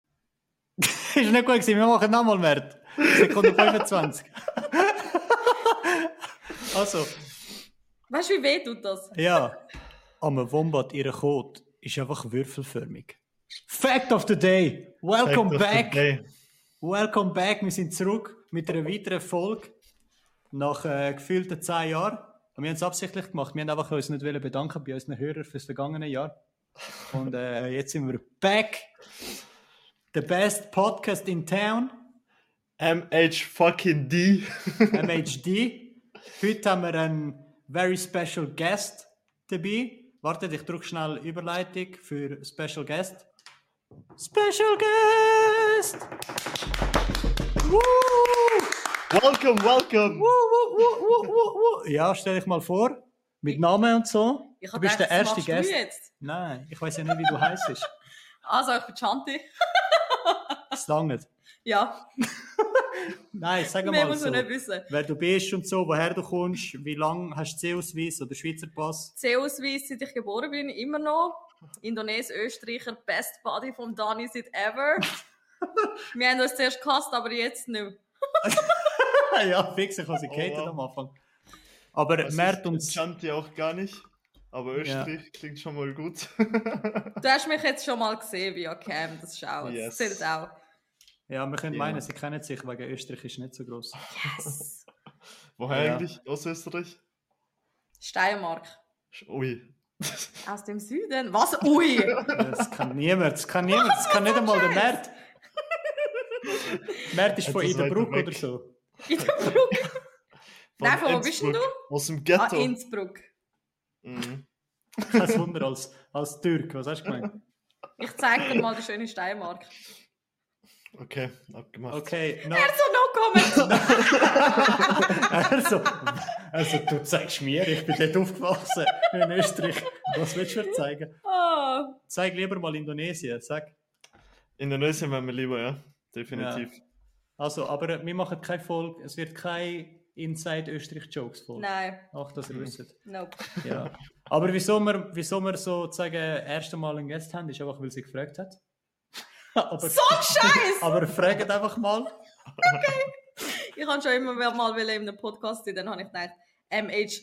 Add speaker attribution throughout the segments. Speaker 1: Ist nicht gut gewesen, wir machen nochmal mehr. Sekunde 25. also,
Speaker 2: Weißt du, wie weh tut das?
Speaker 1: ja. Am Wombat, ihre Code ist einfach würfelförmig. Fact of the day! Welcome back!
Speaker 3: Hey,
Speaker 1: Welcome back, wir sind zurück mit einer weiteren Folge nach äh, gefühlten 10 Jahren. Und wir haben es absichtlich gemacht. Wir haben einfach uns nicht wollen bedanken bei unseren Hörern fürs vergangene Jahr. Und äh, jetzt sind wir back. The best podcast in town,
Speaker 3: MH fucking D.
Speaker 1: MHD. Heute haben wir einen very special guest dabei. Wartet, ich drücke schnell Überleitung für Special Guest. Special Guest! Woo!
Speaker 3: welcome, welcome.
Speaker 1: Wuh, wuh, wuh, wuh, wuh, wuh. Ja, stell dich mal vor, mit Namen und so.
Speaker 2: Ich
Speaker 1: du
Speaker 2: hab
Speaker 1: bist
Speaker 2: gedacht,
Speaker 1: der
Speaker 2: das
Speaker 1: erste
Speaker 2: machst du
Speaker 1: Gast.
Speaker 2: Jetzt.
Speaker 1: Nein, ich weiß ja nicht, wie du heißt.
Speaker 2: Also, ich bin Chanti.
Speaker 1: Es langt.
Speaker 2: Ja,
Speaker 1: Nein, sag
Speaker 2: mehr
Speaker 1: mal
Speaker 2: muss
Speaker 1: so.
Speaker 2: man nicht wissen.
Speaker 1: Wer du bist und so, woher du kommst, wie lange hast du C-Ausweis oder Schweizer Pass?
Speaker 2: C-Ausweis, seit ich geboren bin, immer noch. Indones, Österreicher, Best Buddy vom Dani seit ever. Wir haben uns zuerst gehasst, aber jetzt nicht.
Speaker 1: ja, fix, ich habe sie
Speaker 3: Oh,
Speaker 1: gehatet
Speaker 3: wow.
Speaker 1: am Anfang. Aber
Speaker 3: Das
Speaker 1: Äh, Mert und...
Speaker 3: ist Chanti auch gar nicht. Aber Österreich klingt schon mal gut.
Speaker 2: Du hast mich jetzt schon mal gesehen via Cam, das ist auch.
Speaker 3: Yes.
Speaker 2: Das zählt auch.
Speaker 1: Ja, wir können
Speaker 3: Ja.
Speaker 1: meinen, sie kennen sich, wegen Österreich ist nicht so gross.
Speaker 2: Yes.
Speaker 3: Woher
Speaker 1: Ja.
Speaker 3: eigentlich? Aus Österreich?
Speaker 2: Steiermark.
Speaker 3: Ui.
Speaker 2: Aus dem Süden? Was? Ui!
Speaker 1: Das kann niemand, das kann niemand, das kann nicht einmal der Mert. Mert ist von
Speaker 3: Etwas weiter
Speaker 1: Idenbruck
Speaker 3: weg.
Speaker 1: oder so.
Speaker 2: In der Brücke. Nein, von wo bist denn du?
Speaker 3: du? Aus dem
Speaker 2: Ah,
Speaker 3: Ghetto.
Speaker 2: Innsbruck.
Speaker 3: Mhm.
Speaker 1: Kein Wunder, als, als Türk, was hast du gemeint?
Speaker 2: Ich zeig dir mal die schöne Steiermark.
Speaker 3: Okay, abgemacht.
Speaker 1: Okay, no.
Speaker 2: Er so noch kommen!
Speaker 1: also, also du zeigst mir, ich bin dort aufgewachsen in Österreich. Was willst du mir zeigen?
Speaker 2: Oh.
Speaker 1: Zeig lieber mal Indonesien, sag.
Speaker 3: Indonesien wären wir lieber, ja. Definitiv.
Speaker 1: Also, aber wir machen keine Folge, es wird keine Inside Österreich Jokes folge.
Speaker 2: Nein,
Speaker 1: Ach, dass ihr wisst.
Speaker 2: nope.
Speaker 1: Ja. Aber wieso wir, wieso wir sozusagen das erste Mal einen Gast haben, ist einfach, weil sie gefragt hat. aber,
Speaker 2: So ein Scheiß!
Speaker 1: aber fragt einfach mal.
Speaker 2: Ich habe schon immer wieder mal wollen in einem Podcast sein, dann habe ich gedacht, MHD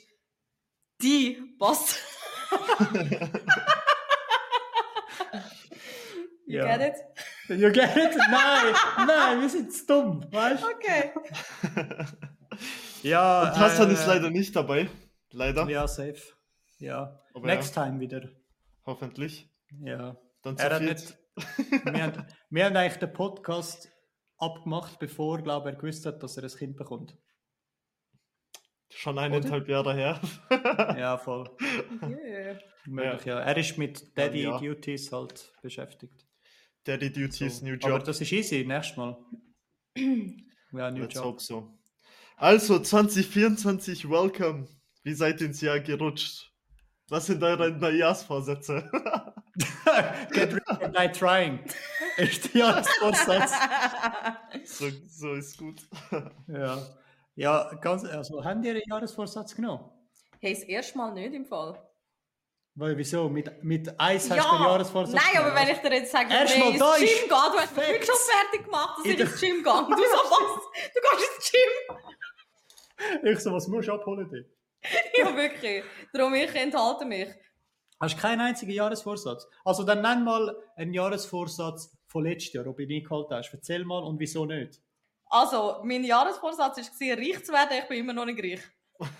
Speaker 2: passt. You
Speaker 1: Ja.
Speaker 2: get it?
Speaker 1: You get it? Nein, nein, wir sind zu dumm, weißt du?
Speaker 2: Okay.
Speaker 1: Ja,
Speaker 3: Und Hassan
Speaker 1: äh,
Speaker 3: ist leider nicht dabei. Leider.
Speaker 1: Ja, safe. Ja.
Speaker 3: Aber
Speaker 1: Next time wieder.
Speaker 3: Hoffentlich.
Speaker 1: Ja.
Speaker 3: Dann
Speaker 1: Er
Speaker 3: zu
Speaker 1: hat
Speaker 3: viert.
Speaker 1: nicht, wir, haben, wir haben eigentlich den Podcast abgemacht, bevor glaube ich, er gewusst hat, dass er ein Kind bekommt.
Speaker 3: Schon eineinhalb Jahre her.
Speaker 1: Ja, voll.
Speaker 2: Yeah.
Speaker 1: Möglich, ja. Er ist mit Daddy
Speaker 3: Ja.
Speaker 1: Duties halt beschäftigt.
Speaker 3: Daddy Duties,
Speaker 1: So.
Speaker 3: New
Speaker 1: Aber
Speaker 3: Job.
Speaker 1: das ist easy, nächstes Mal. Ja, New
Speaker 3: Let's
Speaker 1: Job.
Speaker 3: hope so. Also 2024, welcome. Wie seid ihr ins Jahr gerutscht? Was sind eure Neujahrsvorsätze?
Speaker 1: Get rid or die trying. Ist die Jahresvorsatz.
Speaker 3: so, so ist gut.
Speaker 1: Ja. Ja, ganz, also, haben die ihren Jahresvorsatz genommen?
Speaker 2: Hey, das erste Mal nicht im Fall.
Speaker 1: Weil, wieso? Mit, mit Eis hast du den Jahresvorsatz
Speaker 2: Nein, aber
Speaker 1: genommen?
Speaker 2: wenn ich dir jetzt sage,
Speaker 1: Erst
Speaker 2: ich
Speaker 1: mal
Speaker 2: ins
Speaker 1: da
Speaker 2: Gym
Speaker 1: ist
Speaker 2: gehe, du hast mich
Speaker 1: Facts.
Speaker 2: wirklich schon fertig gemacht, dass
Speaker 1: In
Speaker 2: ich
Speaker 1: der-
Speaker 2: ins Gym gehe. Und Du so was? Du gehst ins Gym?
Speaker 1: Ich so, was musst du abholen? Dort?
Speaker 2: Ja, wirklich. Darum, ich enthalte mich.
Speaker 1: Hast du keinen einzigen Jahresvorsatz? Also dann nenn mal einen Jahresvorsatz von letztes Jahr, ob du ihn eingehalten hast. Erzähl mal und wieso nicht.
Speaker 2: Also, mein Jahresvorsatz war, reich zu werden. Ich bin immer noch nicht reich.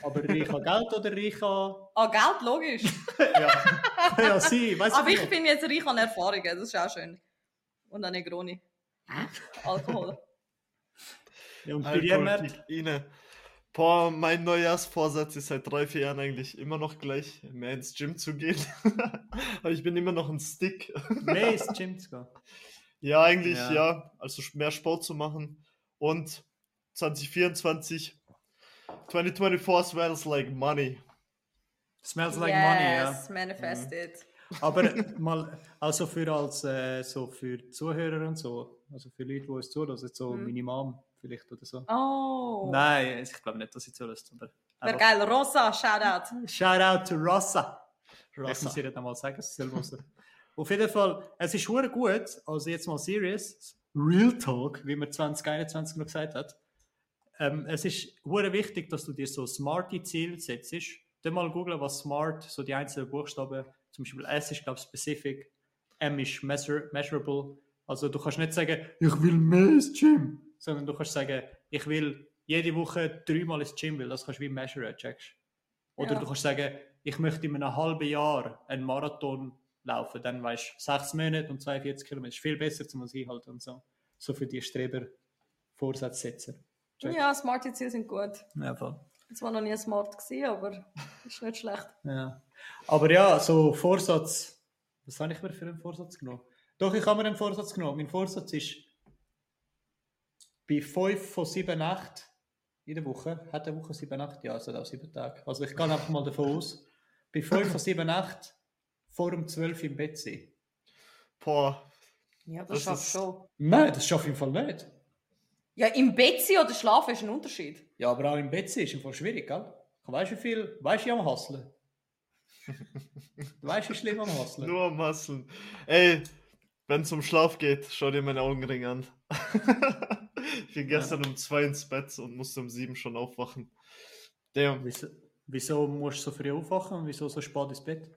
Speaker 1: Aber reich an Geld oder reich an...
Speaker 2: An Geld, Ah, logisch.
Speaker 1: Ja, ja sie, weißt
Speaker 2: Aber
Speaker 1: du
Speaker 2: ich bin jetzt reich an Erfahrungen. Das ist auch schön. Und an Negroni. Alkohol.
Speaker 1: ja, Und bei dir,
Speaker 3: Alkohol
Speaker 1: Mert?
Speaker 3: kickt rein. Boah, mein Neujahrsvorsatz ist seit drei, vier Jahren eigentlich immer noch gleich, mehr ins Gym zu gehen. Aber ich bin immer noch ein Stick.
Speaker 1: Mehr ins Gym zu gehen.
Speaker 3: Ja, eigentlich,
Speaker 1: Ja.
Speaker 3: ja. Also mehr Sport zu machen. Und 2024, 2024 smells like money.
Speaker 1: Smells like
Speaker 2: yes, manifest it.
Speaker 1: money, ja. Aber mal, also für als, äh, so für Zuhörer und so, also für Leute, die uns zuhören, so
Speaker 2: Mhm.
Speaker 1: meine Mom vielleicht oder so.
Speaker 2: Oh.
Speaker 1: Nein, ich glaube nicht, dass sie zuhört, aber...
Speaker 2: Wäre geil. Rosa, Shoutout.
Speaker 1: Shout out to Rossa. Ich muss
Speaker 3: Rossa.
Speaker 1: ihr das nochmal sagen, sie soll wissen. Auf jeden Fall, es ist hure gut, also jetzt mal serious. Real Talk, wie man 2021 noch gesagt hat. Ähm, es ist hure wichtig, dass du dir so smarte Ziele setzt. Dann mal googeln, was smart, so die einzelnen Buchstaben, zum Beispiel S ist, glaube ich, specific, M ist measure, measurable. Also du kannst nicht sagen, ich will mehr ins Gym, sondern du kannst sagen, ich will jede Woche dreimal ins Gym, weil das kannst du wie measure, checkst. Oder
Speaker 2: Ja.
Speaker 1: du kannst sagen, ich möchte in einem halben Jahr einen Marathon laufen, dann weißt du, 6 Monate und 42 Kilometer ist viel besser, zum uns einhalten und so. So für die Streber Vorsatzsetzer. Check.
Speaker 2: Ja, smarte Ziele sind gut.
Speaker 1: Ja, voll.
Speaker 2: Das war noch nie smart gewesen, aber ist nicht schlecht.
Speaker 1: Ja. Aber ja, so Vorsatz. Was habe ich mir für einen Vorsatz genommen? Doch, ich habe mir einen Vorsatz genommen. Mein Vorsatz ist, bei 5 von 7 Nächten in der Woche, hat eine Woche 7 Nächte? Ja, es hat auch 7 Tage. Also ich gehe einfach mal davon aus, bei 5 von 7 Nächten vor dem 12 im Bett sein.
Speaker 3: Boah,
Speaker 2: Ja, das,
Speaker 3: Das
Speaker 2: schaffst
Speaker 3: ist-
Speaker 2: du schon.
Speaker 1: Nein, das schaffe ich im Fall nicht.
Speaker 2: Ja, im Bett sein oder schlafen ist ein Unterschied.
Speaker 1: Ja, aber auch im Bett sein ist im Fall schwierig, gell? Weißt du, wie viel? Weißt du, ich am Hasseln? Weißt du, wie schlimm am Hasseln?
Speaker 3: nur Masseln. Ey, wenn es um Schlaf geht, schau dir meine Augenringe an. ich bin gestern um zwei ins Bett und musste um sieben schon aufwachen. Damn,
Speaker 1: Wieso, wieso musst du so früh aufwachen und wieso so spät ins Bett?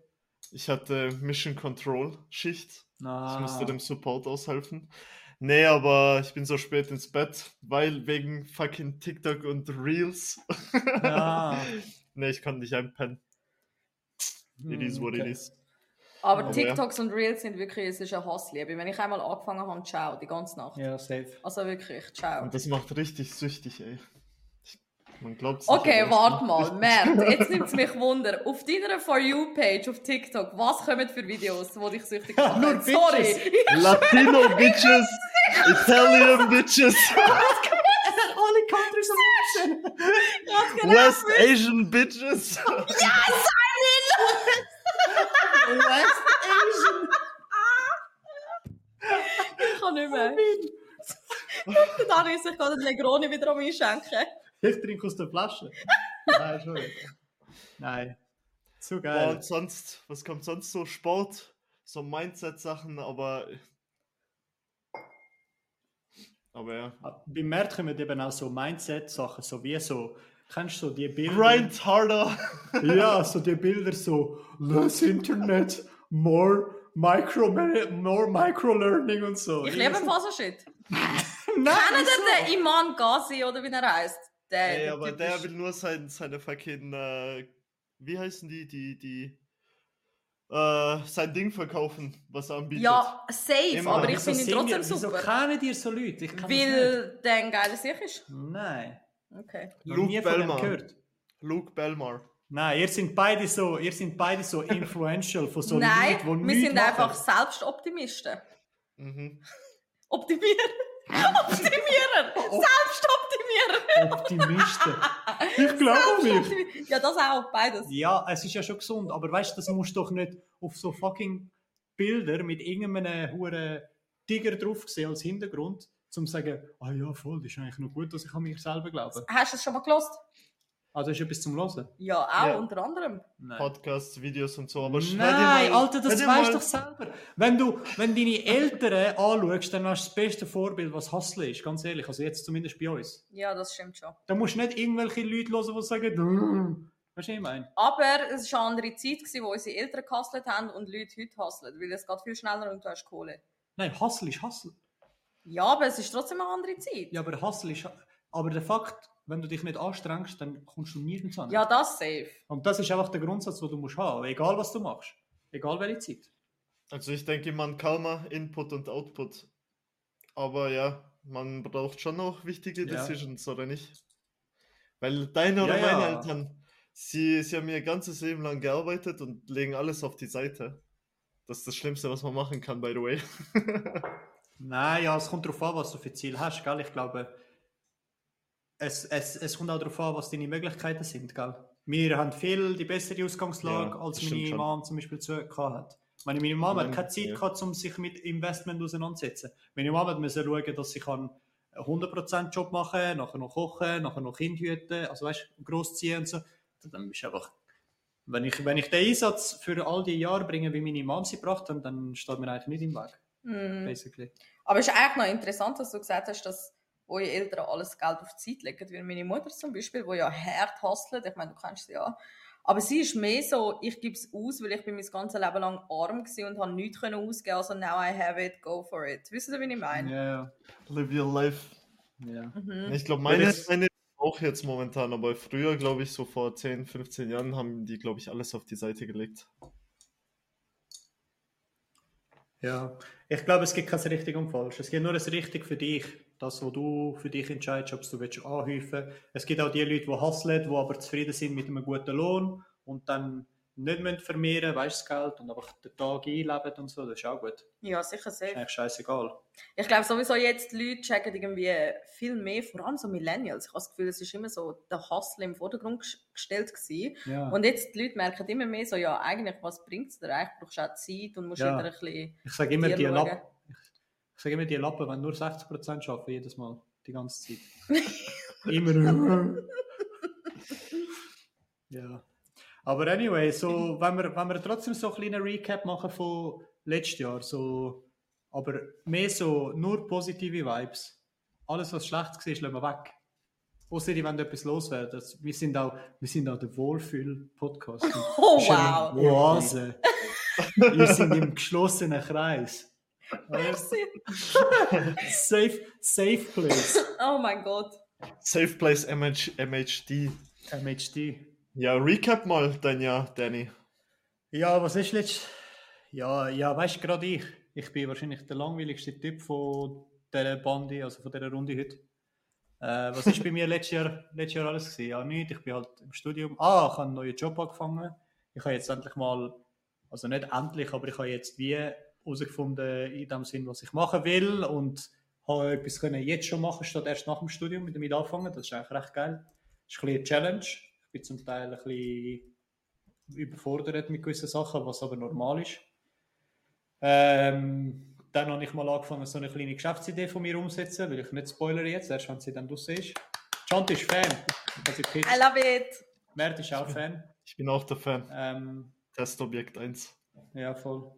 Speaker 3: ich hatte Mission Control Schicht.
Speaker 1: Na,
Speaker 2: Ah.
Speaker 3: Ich musste dem Support aushelfen. Nee, aber ich bin so spät ins Bett, weil wegen fucking TikTok und Reels.
Speaker 1: Ja.
Speaker 3: nee, ich konnte nicht einpennen. It
Speaker 2: Hm,
Speaker 3: is what it is.
Speaker 2: Aber
Speaker 3: Aber Oh, ja.
Speaker 2: TikToks und Reels sind wirklich, es ist eine Hassliebe. Wenn ich einmal angefangen habe, ciao, die ganze Nacht.
Speaker 1: Ja, safe.
Speaker 2: Also wirklich, ciao.
Speaker 3: Und das macht richtig süchtig, ey. Ich- Man glaubt
Speaker 2: Okay, warte mal, Mert, jetzt nimmt es mich Wunder. Auf deiner For You-Page auf TikTok, was kommen für Videos, die dich süchtig machen?
Speaker 1: Nur
Speaker 2: Sorry!
Speaker 3: Latino Bitches! Italian Bitches!
Speaker 1: Alle Countries am Menschen!
Speaker 2: Ganz genau.
Speaker 3: West Asian Bitches!
Speaker 2: Ich kann nicht mehr. Der Dani ist sich gerade den Negroni wieder am einschenken.
Speaker 1: Ich trinke aus der Flasche. Nein, schon nicht. Nein. Zu
Speaker 3: Boah,
Speaker 1: geil.
Speaker 3: und sonst, was kommt sonst so? Sport, so Mindset-Sachen, aber. Aber ja.
Speaker 1: Ah, Beim März kommen eben auch so Mindset-Sachen, so wie so, kennst du so die Bilder?
Speaker 3: Grind harder!
Speaker 1: Ja, so die Bilder so, less Internet, more micro, more micro-learning und so.
Speaker 2: Ich liebe Fasershit.
Speaker 1: Nein,
Speaker 2: Kennt
Speaker 1: wieso?
Speaker 2: ihr den Iman Ghazi oder wie er heißt? Der,
Speaker 3: Ey,
Speaker 2: der
Speaker 3: aber
Speaker 2: Typ
Speaker 3: der
Speaker 2: ist-
Speaker 3: will nur sein, seine fucking. Äh, wie heißen die? Die. die äh, sein Ding verkaufen, was er anbietet.
Speaker 2: Ja, safe,
Speaker 3: Immer.
Speaker 2: aber ich
Speaker 1: Wieso
Speaker 2: finde ihn
Speaker 1: singen?
Speaker 2: trotzdem
Speaker 1: Wieso
Speaker 2: super.
Speaker 1: kennen dir so Leute? Ich kann das nicht.
Speaker 2: Weil der ein geiler Sieg ist.
Speaker 1: Nein.
Speaker 2: Okay.
Speaker 1: Noch
Speaker 3: Luke
Speaker 1: nie von dem
Speaker 3: Bellman.
Speaker 1: gehört.
Speaker 3: Luke Belmar.
Speaker 1: Nein, ihr sind beide so, ihr sind beide so influential von so
Speaker 2: Nein,
Speaker 1: Leuten, die
Speaker 2: wir
Speaker 1: nichts
Speaker 2: sind
Speaker 1: machen.
Speaker 2: einfach Selbstoptimisten.
Speaker 3: Mhm.
Speaker 2: Optimieren. Optimierer.
Speaker 1: Oh,
Speaker 2: Selbstoptimierer.
Speaker 1: Optimisten. Ich glaube mich.
Speaker 2: Selbstoptimi- Ja, das auch, beides.
Speaker 1: Ja, es ist ja schon gesund, aber weißt du, das musst du doch nicht auf so fucking Bilder mit irgendeinem huren Tiger drauf sehen als Hintergrund, zum zu sagen, ah ja, voll, das ist eigentlich noch gut, dass ich an mich selber glaube.
Speaker 2: Hast du es schon mal gelost?
Speaker 1: Also ist etwas zum Hören.
Speaker 2: Ja, auch
Speaker 3: Ja.
Speaker 2: unter anderem.
Speaker 1: Nein.
Speaker 3: Podcasts, Videos und so, aber schneid dir
Speaker 1: Nein,
Speaker 3: mal-
Speaker 1: Alter, das
Speaker 3: schneid dir
Speaker 1: weißt
Speaker 3: mal-
Speaker 1: du doch selber. Wenn du wenn deine Eltern anschaust, dann hast du das beste Vorbild, was Hustlen ist, ganz ehrlich. Also jetzt zumindest bei uns.
Speaker 2: Ja, das stimmt schon.
Speaker 1: Da musst du nicht irgendwelche Leute hören, die sagen, «Mm.» weißt du, was ich meine?
Speaker 2: Aber es war eine andere Zeit, gewesen, wo unsere Eltern gehustelt haben und Leute heute hustlen, weil es geht viel schneller und du hast Kohle.
Speaker 1: Nein, Hustle ist Hustle.
Speaker 2: Ja, aber es ist trotzdem eine andere Zeit.
Speaker 1: Ja, aber Hustle ist. Aber der Fakt, wenn du dich nicht anstrengst, dann kommst du nirgends an.
Speaker 2: Ja, das safe.
Speaker 1: Und das ist einfach der Grundsatz, den du musst haben, egal was du machst. Egal welche Zeit.
Speaker 3: Also ich denke, man Karma, Input und Output. Aber ja, man braucht schon auch wichtige
Speaker 1: Ja.
Speaker 3: Decisions, oder nicht? Weil deine oder
Speaker 1: Ja,
Speaker 3: meine
Speaker 1: ja.
Speaker 3: Eltern, sie, sie haben ihr ganzes Leben lang gearbeitet und legen alles auf die Seite. Das ist das Schlimmste, was man machen kann, by the way.
Speaker 1: Nein, ja, es kommt darauf an, was du für Ziel hast, gell? Ich glaube, es, es, es kommt auch darauf an, was deine Möglichkeiten sind, gell? Wir haben viel die bessere Ausgangslage,
Speaker 3: Ja,
Speaker 1: als
Speaker 3: das stimmt
Speaker 1: meine
Speaker 3: schon.
Speaker 1: Mom zum Beispiel zu gehabt hat. Meine, meine Mom hat
Speaker 3: Ja,
Speaker 1: keine Zeit
Speaker 3: ja.
Speaker 1: gehabt, um sich mit Investment auseinanderzusetzen. Meine Mom hat müssen schauen, dass sie kann einen 100% Job machen, nachher noch kochen, nachher noch Kind hüten, also weißt, großziehen und so. Dann bist du einfach, wenn ich, wenn ich den Einsatz für all die Jahre bringe, wie meine Mom sie gebracht hat, dann steht mir eigentlich nicht im Weg,
Speaker 2: Mhm.
Speaker 1: basically.
Speaker 2: Aber es ist eigentlich noch interessant, dass du gesagt hast, dass eure Eltern alles Geld auf die Zeit legen. Weil meine Mutter zum Beispiel, die ja hart hustelt, ich meine, du kennst sie ja. Aber sie ist mehr so, ich gebe es aus, weil ich bin mein ganzes Leben lang arm gewesen und habe nichts können ausgeben Also now I have it, go for it. Wisst ihr, wie ich meine?
Speaker 1: Ja,
Speaker 3: Live your life.
Speaker 1: ja.
Speaker 2: Mhm.
Speaker 3: Ich glaube, meine,
Speaker 1: Wenn es-
Speaker 3: meine auch jetzt momentan, aber früher, glaube ich, so vor 10, 15 Jahren haben die, glaube ich, alles auf die Seite gelegt.
Speaker 1: Ja, ich glaube, es gibt kein richtig und falsch. Es gibt nur das Richtige für dich. Das, was du für dich entscheidest, ob du willst anhäufen willst. Es gibt auch die Leute, die hustlen, die aber zufrieden sind mit einem guten Lohn und dann nicht müssen vermehren, weißt du, das Geld und einfach den Tag einleben und so. Das ist auch gut.
Speaker 2: Ja, sicher safe.
Speaker 1: Ist eigentlich scheißegal.
Speaker 2: Ich glaube sowieso jetzt, die Leute checken irgendwie viel mehr, vor allem so Millennials. Ich habe das Gefühl, es ist immer so der Hustle im Vordergrund ges- gestellt gewesen.
Speaker 1: Ja.
Speaker 2: Und jetzt die Leute merken immer mehr so, ja eigentlich, was bringt es dir? Eigentlich brauchst du auch Zeit und musst
Speaker 1: Ja.
Speaker 2: wieder ein bisschen...
Speaker 1: ich sage immer,
Speaker 2: dir
Speaker 1: die
Speaker 2: schauen.
Speaker 1: Lappen, ich sage immer, die Lappen wenn nur 60% arbeiten, jedes Mal, die ganze Zeit. immer. ja. Aber anyway, so, wenn, wir, wenn wir trotzdem so einen kleinen Recap machen von letztes Jahr, so, aber mehr so nur positive Vibes. Alles, was schlecht war, lassen wir weg. Außer die wollen etwas loswerden. Das- Wir sind auch, wir sind auch der Wohlfühl-Podcast.
Speaker 2: Oh
Speaker 1: Das ist eine
Speaker 2: wow!
Speaker 1: Oase. Wir sind im geschlossenen Kreis.
Speaker 2: Merci.
Speaker 1: Safe, safe place.
Speaker 2: Oh mein Gott.
Speaker 3: Safe Place MH, MHD.
Speaker 1: MHD.
Speaker 3: Ja, recap mal dein Jahr, Danny.
Speaker 1: Ja, was ist letzt? Ja, ja, weißt du, gerade ich. Ich bin wahrscheinlich der langweiligste Typ von dieser Bande, also von dieser Runde heute. Äh, was ist bei mir letztes Jahr, letztes Jahr alles gewesen? Ja, nichts. Ich bin halt im Studium. Ah, ich habe einen neuen Job angefangen. Ich habe jetzt endlich mal, also nicht endlich, aber ich habe jetzt wie herausgefunden, in dem Sinn, was ich machen will und habe etwas können jetzt schon machen, statt erst nach dem Studium mit damit anfangen. Das ist eigentlich recht geil. Das ist ein bisschen eine Challenge. Ich bin zum Teil ein bisschen überfordert mit gewissen Sachen, was aber normal ist. Ähm, dann habe ich mal angefangen, so eine kleine Geschäftsidee von mir umzusetzen, weil ich nicht spoilere jetzt, erst wenn sie dann draussen ist. Chant ist Fan. Also
Speaker 2: I love it.
Speaker 1: Mert ist auch Fan.
Speaker 3: Ich bin auch der Fan.
Speaker 1: Ähm,
Speaker 3: Testobjekt 1.
Speaker 1: ja, voll.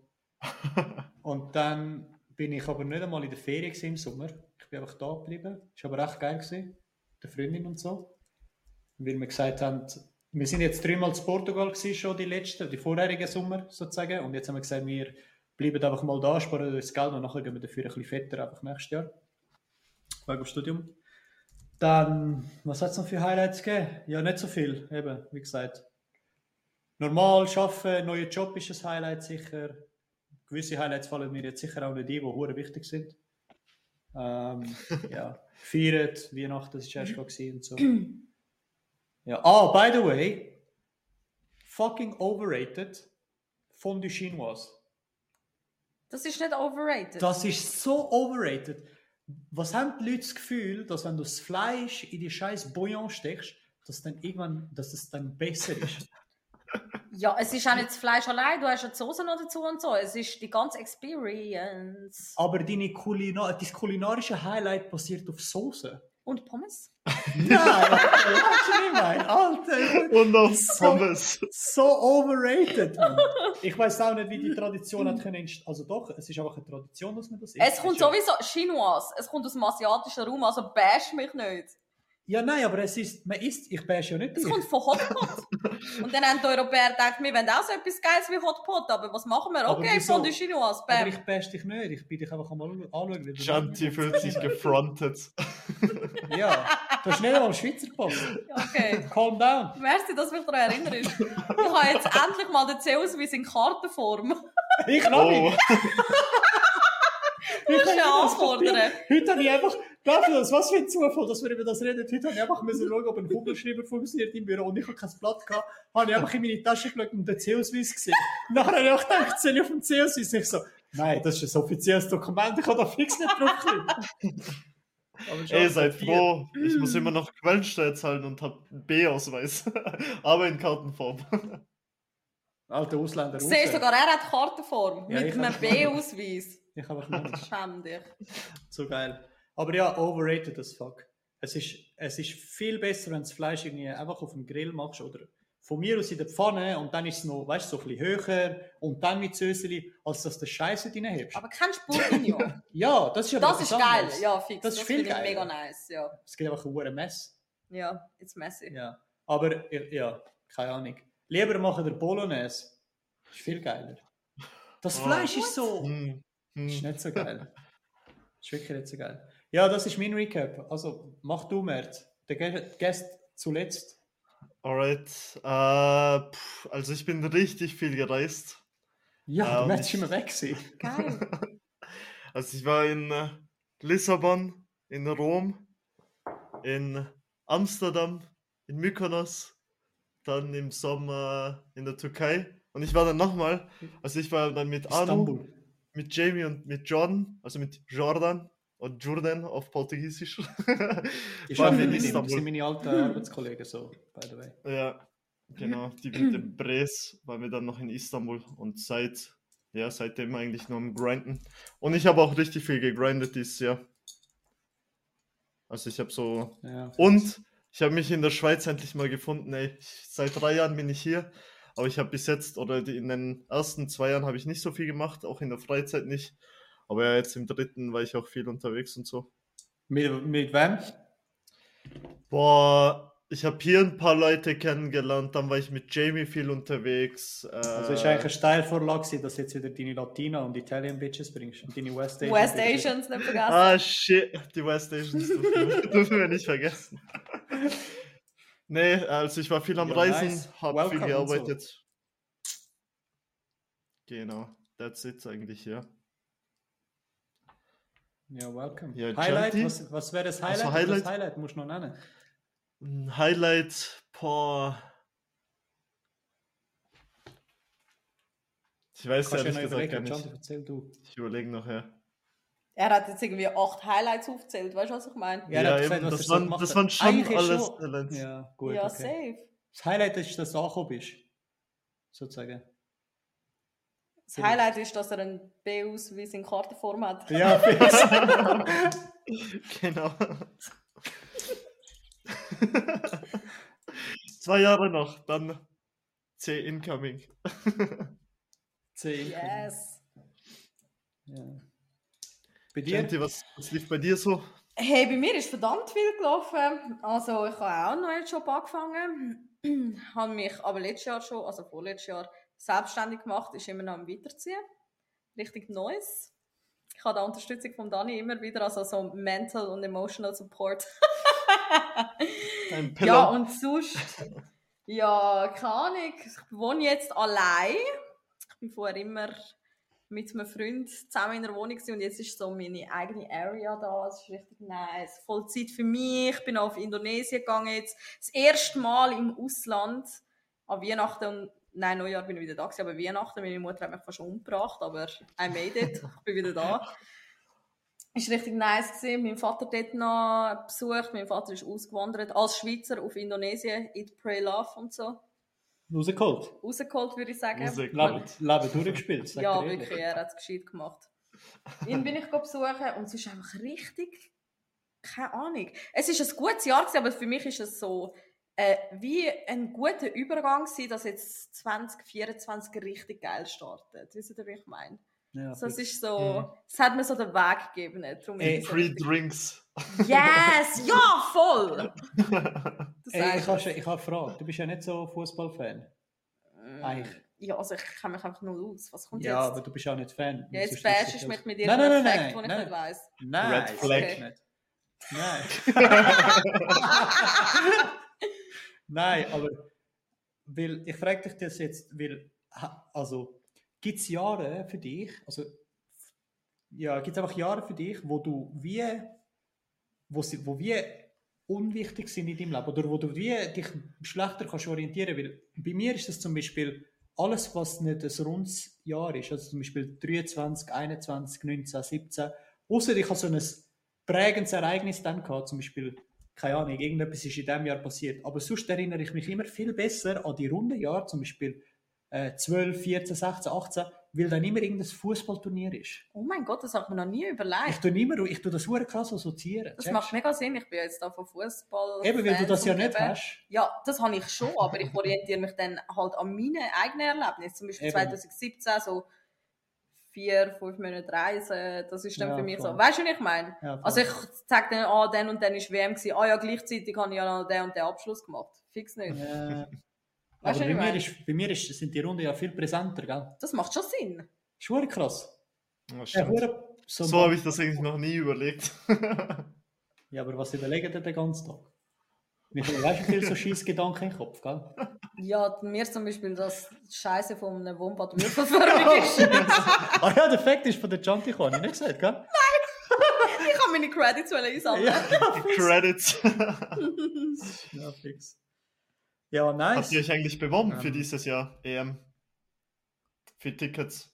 Speaker 1: Und dann bin ich aber nicht einmal in der Ferien gewesen im Sommer. Ich bin einfach da geblieben. Ist aber echt geil gewesen. Mit der Freundin und so. Weil wir gesagt haben, wir sind jetzt dreimal zu Portugal gewesen, schon die letzten, die vorherigen Sommer sozusagen. Und jetzt haben wir gesagt, wir bleiben einfach mal da, sparen uns das Geld und nachher gehen wir dafür ein bisschen fetter einfach nächstes Jahr. Wegen dem Studium. Dann, was hat es noch für Highlights gegeben? Ja, nicht so viel, eben, wie gesagt. Normal arbeiten, neuer Job ist ein Highlight sicher gewisse Highlights fallen mir jetzt sicher auch nicht ein, die hure wichtig sind. Ähm, ja, feiert, Weihnachten das ist erst gerade gewesen und so. Ja, ah, by the way, fucking overrated Fondue Chinoise.
Speaker 2: Das ist nicht overrated.
Speaker 1: Das ist so overrated. Was haben die Leute das Gefühl, dass wenn du das Fleisch in die scheiß Bouillon steckst, dass dann irgendwann, dass es dann besser ist?
Speaker 2: Ja, es ist auch nicht das Fleisch allein, du hast ja die Soße noch dazu und so. Es ist die ganze Experience.
Speaker 1: Aber deine Kulina dein kulinarische Highlight basiert auf Soße.
Speaker 2: Und Pommes?
Speaker 1: Nein, was du nicht meinst, Alter.
Speaker 3: Und auf
Speaker 1: So-
Speaker 3: Pommes.
Speaker 1: So overrated, Mann. Ich weiß auch nicht, wie die Tradition hat können. entst- Also doch, es ist einfach eine Tradition, dass man das isst.
Speaker 2: Es kommt sowieso Chinoise. Es kommt aus dem asiatischen Raum, also bash mich nicht.
Speaker 1: Ja, nein, aber es ist, man isst, ich bäsch ja nicht
Speaker 2: Es
Speaker 1: dich.
Speaker 2: kommt von Hotpot. Und dann haben die Europäer gedacht, wir wollen auch so etwas Geiles wie Hotpot, aber was machen wir?
Speaker 1: Aber
Speaker 2: Okay,
Speaker 1: wieso?
Speaker 2: Fondue Chinoise,
Speaker 1: Aber
Speaker 2: bam.
Speaker 1: ich bäsch dich nicht, ich bin dich einfach mal anschauen. weil du-
Speaker 3: Shanti fühlt sich gefrontet.
Speaker 1: Ja, du hast nicht einmal einen Schweizer Pass.
Speaker 2: Okay.
Speaker 1: Calm down.
Speaker 2: Merci, dass du mich daran erinnerst. Ich habe jetzt endlich mal den C-Ausweis in Kartenform.
Speaker 1: Ich noch nicht.
Speaker 3: Oh,
Speaker 1: Ich
Speaker 2: musst
Speaker 1: kann
Speaker 2: ja
Speaker 1: nicht das
Speaker 2: anfordern.
Speaker 1: Papier- Heute habe ich einfach, Gabriel, was für ein Zufall, dass wir über das reden. Heute habe ich einfach müssen schauen, ob ein Kugelschreiber funktioniert im Büro und ich habe kein Blatt gehabt. Habe ich einfach in meine Tasche geschaut und den CO-Swiss gesehen. Nachher habe ich auch gedacht, soll ich auf dem CO-Swiss? Ich so, nein, das ist ein offizielles Dokument, ich kann da fix nicht draufklicken. Aber schon Hm.
Speaker 3: ey, seid
Speaker 1: Papier.
Speaker 3: froh. Ich muss immer noch Quellensteuer zahlen und hab einen B-Ausweis. Aber in Kartenform.
Speaker 1: Alter Ausländer,
Speaker 2: Du siehst
Speaker 1: raus.
Speaker 2: sogar, er hat Kartenform.
Speaker 1: Ja, ich
Speaker 2: mit einem
Speaker 1: hab-
Speaker 2: B-Ausweis.
Speaker 1: Ich habe einfach nicht.
Speaker 2: Schäm dich.
Speaker 1: So geil. Aber ja, overrated as fuck. Es ist, es ist viel besser, wenn du das Fleisch irgendwie einfach auf dem Grill machst oder von mir aus in der Pfanne und dann ist es noch, weißt du, so ein bisschen höher und dann mit Söseli, als dass du Scheiße reinhebst.
Speaker 2: Aber kennst du Bourguignon?
Speaker 1: Ja, das ist aber
Speaker 2: das
Speaker 1: etwas
Speaker 2: ist geil,
Speaker 1: anderes.
Speaker 2: ja, fix.
Speaker 1: Das
Speaker 2: Das,
Speaker 1: ist viel
Speaker 2: finde ich
Speaker 1: geiler.
Speaker 2: mega nice, ja.
Speaker 1: Es gibt einfach ein hohes Mess.
Speaker 2: Ja, it's messy.
Speaker 1: Ja. Aber, äh, ja, keine Ahnung. Lieber machen der Bolognese. Ist viel geiler. Das
Speaker 3: Oh.
Speaker 1: Fleisch ist so...
Speaker 3: Hm,
Speaker 1: Ist
Speaker 3: hm.
Speaker 1: nicht so geil. ist wirklich nicht so geil. Ja, das ist mein Recap. Also, mach du, Mert. Der Ge- Gast zuletzt.
Speaker 3: Alright. Äh, pff, also ich bin richtig viel gereist.
Speaker 1: Ja, der
Speaker 3: Ähm.
Speaker 1: Mert ist immer weg gewesen.
Speaker 2: Geil.
Speaker 3: Also ich war in äh, Lissabon, in Rom, in Amsterdam, in Mykonos, dann im Sommer in der Türkei und ich war dann nochmal, also ich war dann mit Anu,
Speaker 1: Hm. Istanbul.
Speaker 3: mit Jamie und mit Jordan, also mit Jordan und Jordan auf Portugiesisch.
Speaker 1: Ich
Speaker 3: Waren
Speaker 1: arbeite
Speaker 3: wir in
Speaker 1: mit ihm. Das
Speaker 3: Istanbul.
Speaker 1: sind meine alten Arbeitskollegen so, by the way.
Speaker 3: Ja, genau.
Speaker 1: Mhm.
Speaker 3: Die mit dem Bres waren wir dann noch in Istanbul und seit, ja, seitdem eigentlich nur am Grinden. Und ich habe auch richtig viel gegrindet dieses Jahr. Also ich habe so.
Speaker 1: Ja.
Speaker 3: Und ich habe mich in der Schweiz endlich mal gefunden, ey. Ich, seit drei Jahren bin ich hier. Aber ich habe bis jetzt, oder die, in den ersten zwei Jahren habe ich nicht so viel gemacht, auch in der Freizeit nicht. Aber ja, jetzt im dritten war ich auch viel unterwegs und so.
Speaker 1: Mit, mit wem?
Speaker 3: Boah, ich habe hier ein paar Leute kennengelernt, dann war ich mit Jamie viel unterwegs. Äh,
Speaker 1: Also, es war eigentlich eine Steilvorlage, gewesen, dass du jetzt wieder deine Latina und Italian-Bitches bringst. Und deine West Asian.
Speaker 2: West Asians nicht vergessen.
Speaker 3: Ah, shit, die West Stations dürfen dürfen wir nicht vergessen. nee, also ich war viel am
Speaker 1: Ja,
Speaker 3: Reisen,
Speaker 1: nice.
Speaker 3: habe viel
Speaker 1: Welcome also. und so.
Speaker 3: gearbeitet. Genau, that's it eigentlich, ja.
Speaker 1: Ja, welcome.
Speaker 3: Ja,
Speaker 1: Highlight?
Speaker 3: Chanti?
Speaker 1: Was, was wäre das Highlight?
Speaker 3: Also,
Speaker 1: Und
Speaker 3: Highlight-
Speaker 1: Das Highlight musst du noch nennen.
Speaker 3: Ein Highlight, boah. Ich weiß
Speaker 1: Kannst du ja
Speaker 3: ehrlich
Speaker 1: noch
Speaker 3: gesagt gar
Speaker 1: überlegen.
Speaker 3: nicht.
Speaker 1: Chanti, erzähl du.
Speaker 3: Ich überlege noch, ja.
Speaker 2: Er hat jetzt irgendwie acht Highlights aufgezählt, weißt du, was ich meine?
Speaker 1: Ja,
Speaker 3: Ja,
Speaker 1: er hat
Speaker 3: eben,
Speaker 1: gesagt, was
Speaker 3: das
Speaker 1: er so
Speaker 3: waren-
Speaker 1: gemacht
Speaker 3: das
Speaker 1: hat.
Speaker 3: waren schon
Speaker 1: Eigentlich ist
Speaker 3: alles Highlights.
Speaker 1: Ja, gut.
Speaker 2: ja,
Speaker 1: okay.
Speaker 2: safe.
Speaker 1: Das Highlight ist, dass du angekommen bist. Sozusagen.
Speaker 2: Das Highlight ist, dass er einen B-Ausweis in Kartenform hat.
Speaker 1: Ja, fix.
Speaker 3: Genau. Zwei Jahre noch, dann C incoming.
Speaker 1: Zehn.
Speaker 2: Yes.
Speaker 1: Ja. Bei dir?
Speaker 3: Genti, was, was lief bei dir so?
Speaker 2: Hey, bei mir ist verdammt viel gelaufen. Also ich habe auch einen neuen Job angefangen, habe mich aber letztes Jahr schon, also vorletztes Jahr, selbstständig gemacht, ist immer noch am Weiterziehen. Richtig Neues. Ich habe da Unterstützung von Dani immer wieder, also so Mental und Emotional Support.
Speaker 3: Ein
Speaker 2: Ja,
Speaker 3: Pillow?
Speaker 2: und sonst, ja, keine Ahnung, ich wohne jetzt allein. Ich bin vorher immer mit einem Freund zusammen in der Wohnung gewesen und jetzt ist so meine eigene Area da, es ist richtig nice. Voll Zeit für mich, ich bin auch auf Indonesien gegangen jetzt. Das erste Mal im Ausland, an Weihnachten und Nein, Neujahr bin ich wieder da gewesen, aber Weihnachten, meine Mutter hat mich fast umgebracht, aber I made it, ich bin wieder da. Ist richtig nice gewesen. Mein Vater dort noch besucht. Mein Vater ist ausgewandert als Schweizer auf Indonesien in die Pray Love und so.
Speaker 1: Rausgeholt.
Speaker 2: Rausgeholt, würde ich sagen.
Speaker 3: Musik.
Speaker 1: Leben, Leben durchgespielt. Sag
Speaker 2: Ja,
Speaker 1: dir ehrlich.
Speaker 2: wirklich, er hat es gescheit gemacht. Ihn bin ich go besuchen und es ist einfach richtig. Keine Ahnung. Es ist ein gutes Jahr, gewesen, aber für mich ist es so äh, wie ein guter Übergang, gewesen, dass jetzt 2024 richtig geil startet. Wisst ihr, wie ich meine?
Speaker 1: Ja,
Speaker 2: So, es
Speaker 1: fix.
Speaker 2: ist so,
Speaker 3: Mhm.
Speaker 2: es hat mir so den Weg gegeben. Darum ist
Speaker 1: Ey,
Speaker 2: es so
Speaker 3: Free
Speaker 2: richtig-
Speaker 3: Drinks.
Speaker 2: Yes! Ja, voll! Das
Speaker 1: Ey, ich
Speaker 2: sag
Speaker 1: habe schon- ich habe eine Frage. Du bist ja nicht so Fußballfan.
Speaker 2: Mm,
Speaker 1: Eigentlich.
Speaker 2: Ja, also ich kenne mich einfach null aus. Was kommt
Speaker 1: Ja, aber
Speaker 2: jetzt?
Speaker 1: du bist auch nicht Fan.
Speaker 2: Ja, jetzt
Speaker 1: Sonst
Speaker 2: bashst
Speaker 1: ist
Speaker 2: du
Speaker 1: das-
Speaker 2: mich
Speaker 1: Nein,
Speaker 2: mit
Speaker 1: nein,
Speaker 2: irgendeinem
Speaker 1: nein,
Speaker 2: Effekt, den
Speaker 1: nein,
Speaker 2: ich
Speaker 1: nein.
Speaker 2: nicht weiss.
Speaker 1: Nein,
Speaker 3: Red
Speaker 1: ich
Speaker 3: Flag.
Speaker 1: sag nicht. Nein. Nein, aber weil, ich frage dich das jetzt, weil, ha- also, gibt es Jahre für dich, also, ja, gibt es einfach Jahre für dich, wo du wie, wo, sie, wo wie unwichtig sind in deinem Leben oder wo du wie dich schlechter kannst orientieren, weil bei mir ist das zum Beispiel alles, was nicht ein rundes Jahr ist, also zum Beispiel 23, 21, 19, 17, außer ich habe so ein prägendes Ereignis dann gehabt, zum Beispiel, keine Ahnung, irgendetwas ist in diesem Jahr passiert. Aber sonst erinnere ich mich immer viel besser an die runden Jahre, zum Beispiel äh, 12, 14, 16, 18, weil dann immer irgendein Fußballturnier ist.
Speaker 2: Oh mein Gott, das hat mir noch nie
Speaker 1: Ich
Speaker 2: überlegt.
Speaker 1: tue immer, ich tue das hure krass assoziieren.
Speaker 2: Ah, Das
Speaker 1: checkst?
Speaker 2: macht mega Sinn. Ich bin ja jetzt da von Fußball.
Speaker 1: Eben, weil du das ja nicht
Speaker 2: umgeben.
Speaker 1: hast.
Speaker 2: Ja, das habe ich schon, aber ich orientiere mich dann halt an meine eigenen Erlebnisse. Zum Beispiel
Speaker 1: Eben.
Speaker 2: 2017, so vier, fünf Monate Reisen, das ist dann
Speaker 1: Ja,
Speaker 2: für mich
Speaker 1: voll.
Speaker 2: so. Weißt du, was ich meine?
Speaker 1: Ja, voll.
Speaker 2: Also ich sage dann, ah, dann und dann ist WM gewesen. Ah ja, gleichzeitig habe ich ja noch den und den Abschluss gemacht. Fix nicht.
Speaker 1: Äh,
Speaker 2: Weißt
Speaker 1: aber bei mir,
Speaker 2: du, was ich meine?
Speaker 1: ist, bei mir ist, sind die Runden ja viel präsenter, gell?
Speaker 2: Das macht schon Sinn.
Speaker 1: Ist hure krass.
Speaker 3: Ja,
Speaker 1: Ja,
Speaker 3: Oh, stimmt.
Speaker 1: hure- so
Speaker 3: so habe ich das eigentlich noch nie überlegt.
Speaker 1: ja, aber was überlegt ihr den ganzen Tag? Mir kommen weißt du viel so scheiß Gedanken in den Kopf, gell?
Speaker 2: Ja, mir zum Beispiel, dass die Scheiße von einem Wombat würfelförmig ist.
Speaker 1: Ah ja, der Fact ist von der Chanti gekommen, habe ich nicht gesagt, gell?
Speaker 2: ich kann meine Credits einsammeln.
Speaker 1: Ja,
Speaker 3: Die Credits. Habt
Speaker 1: ja fix. Ja, nice.
Speaker 3: ihr euch eigentlich beworben für
Speaker 1: Ähm.
Speaker 3: dieses Jahr EM? Für Tickets?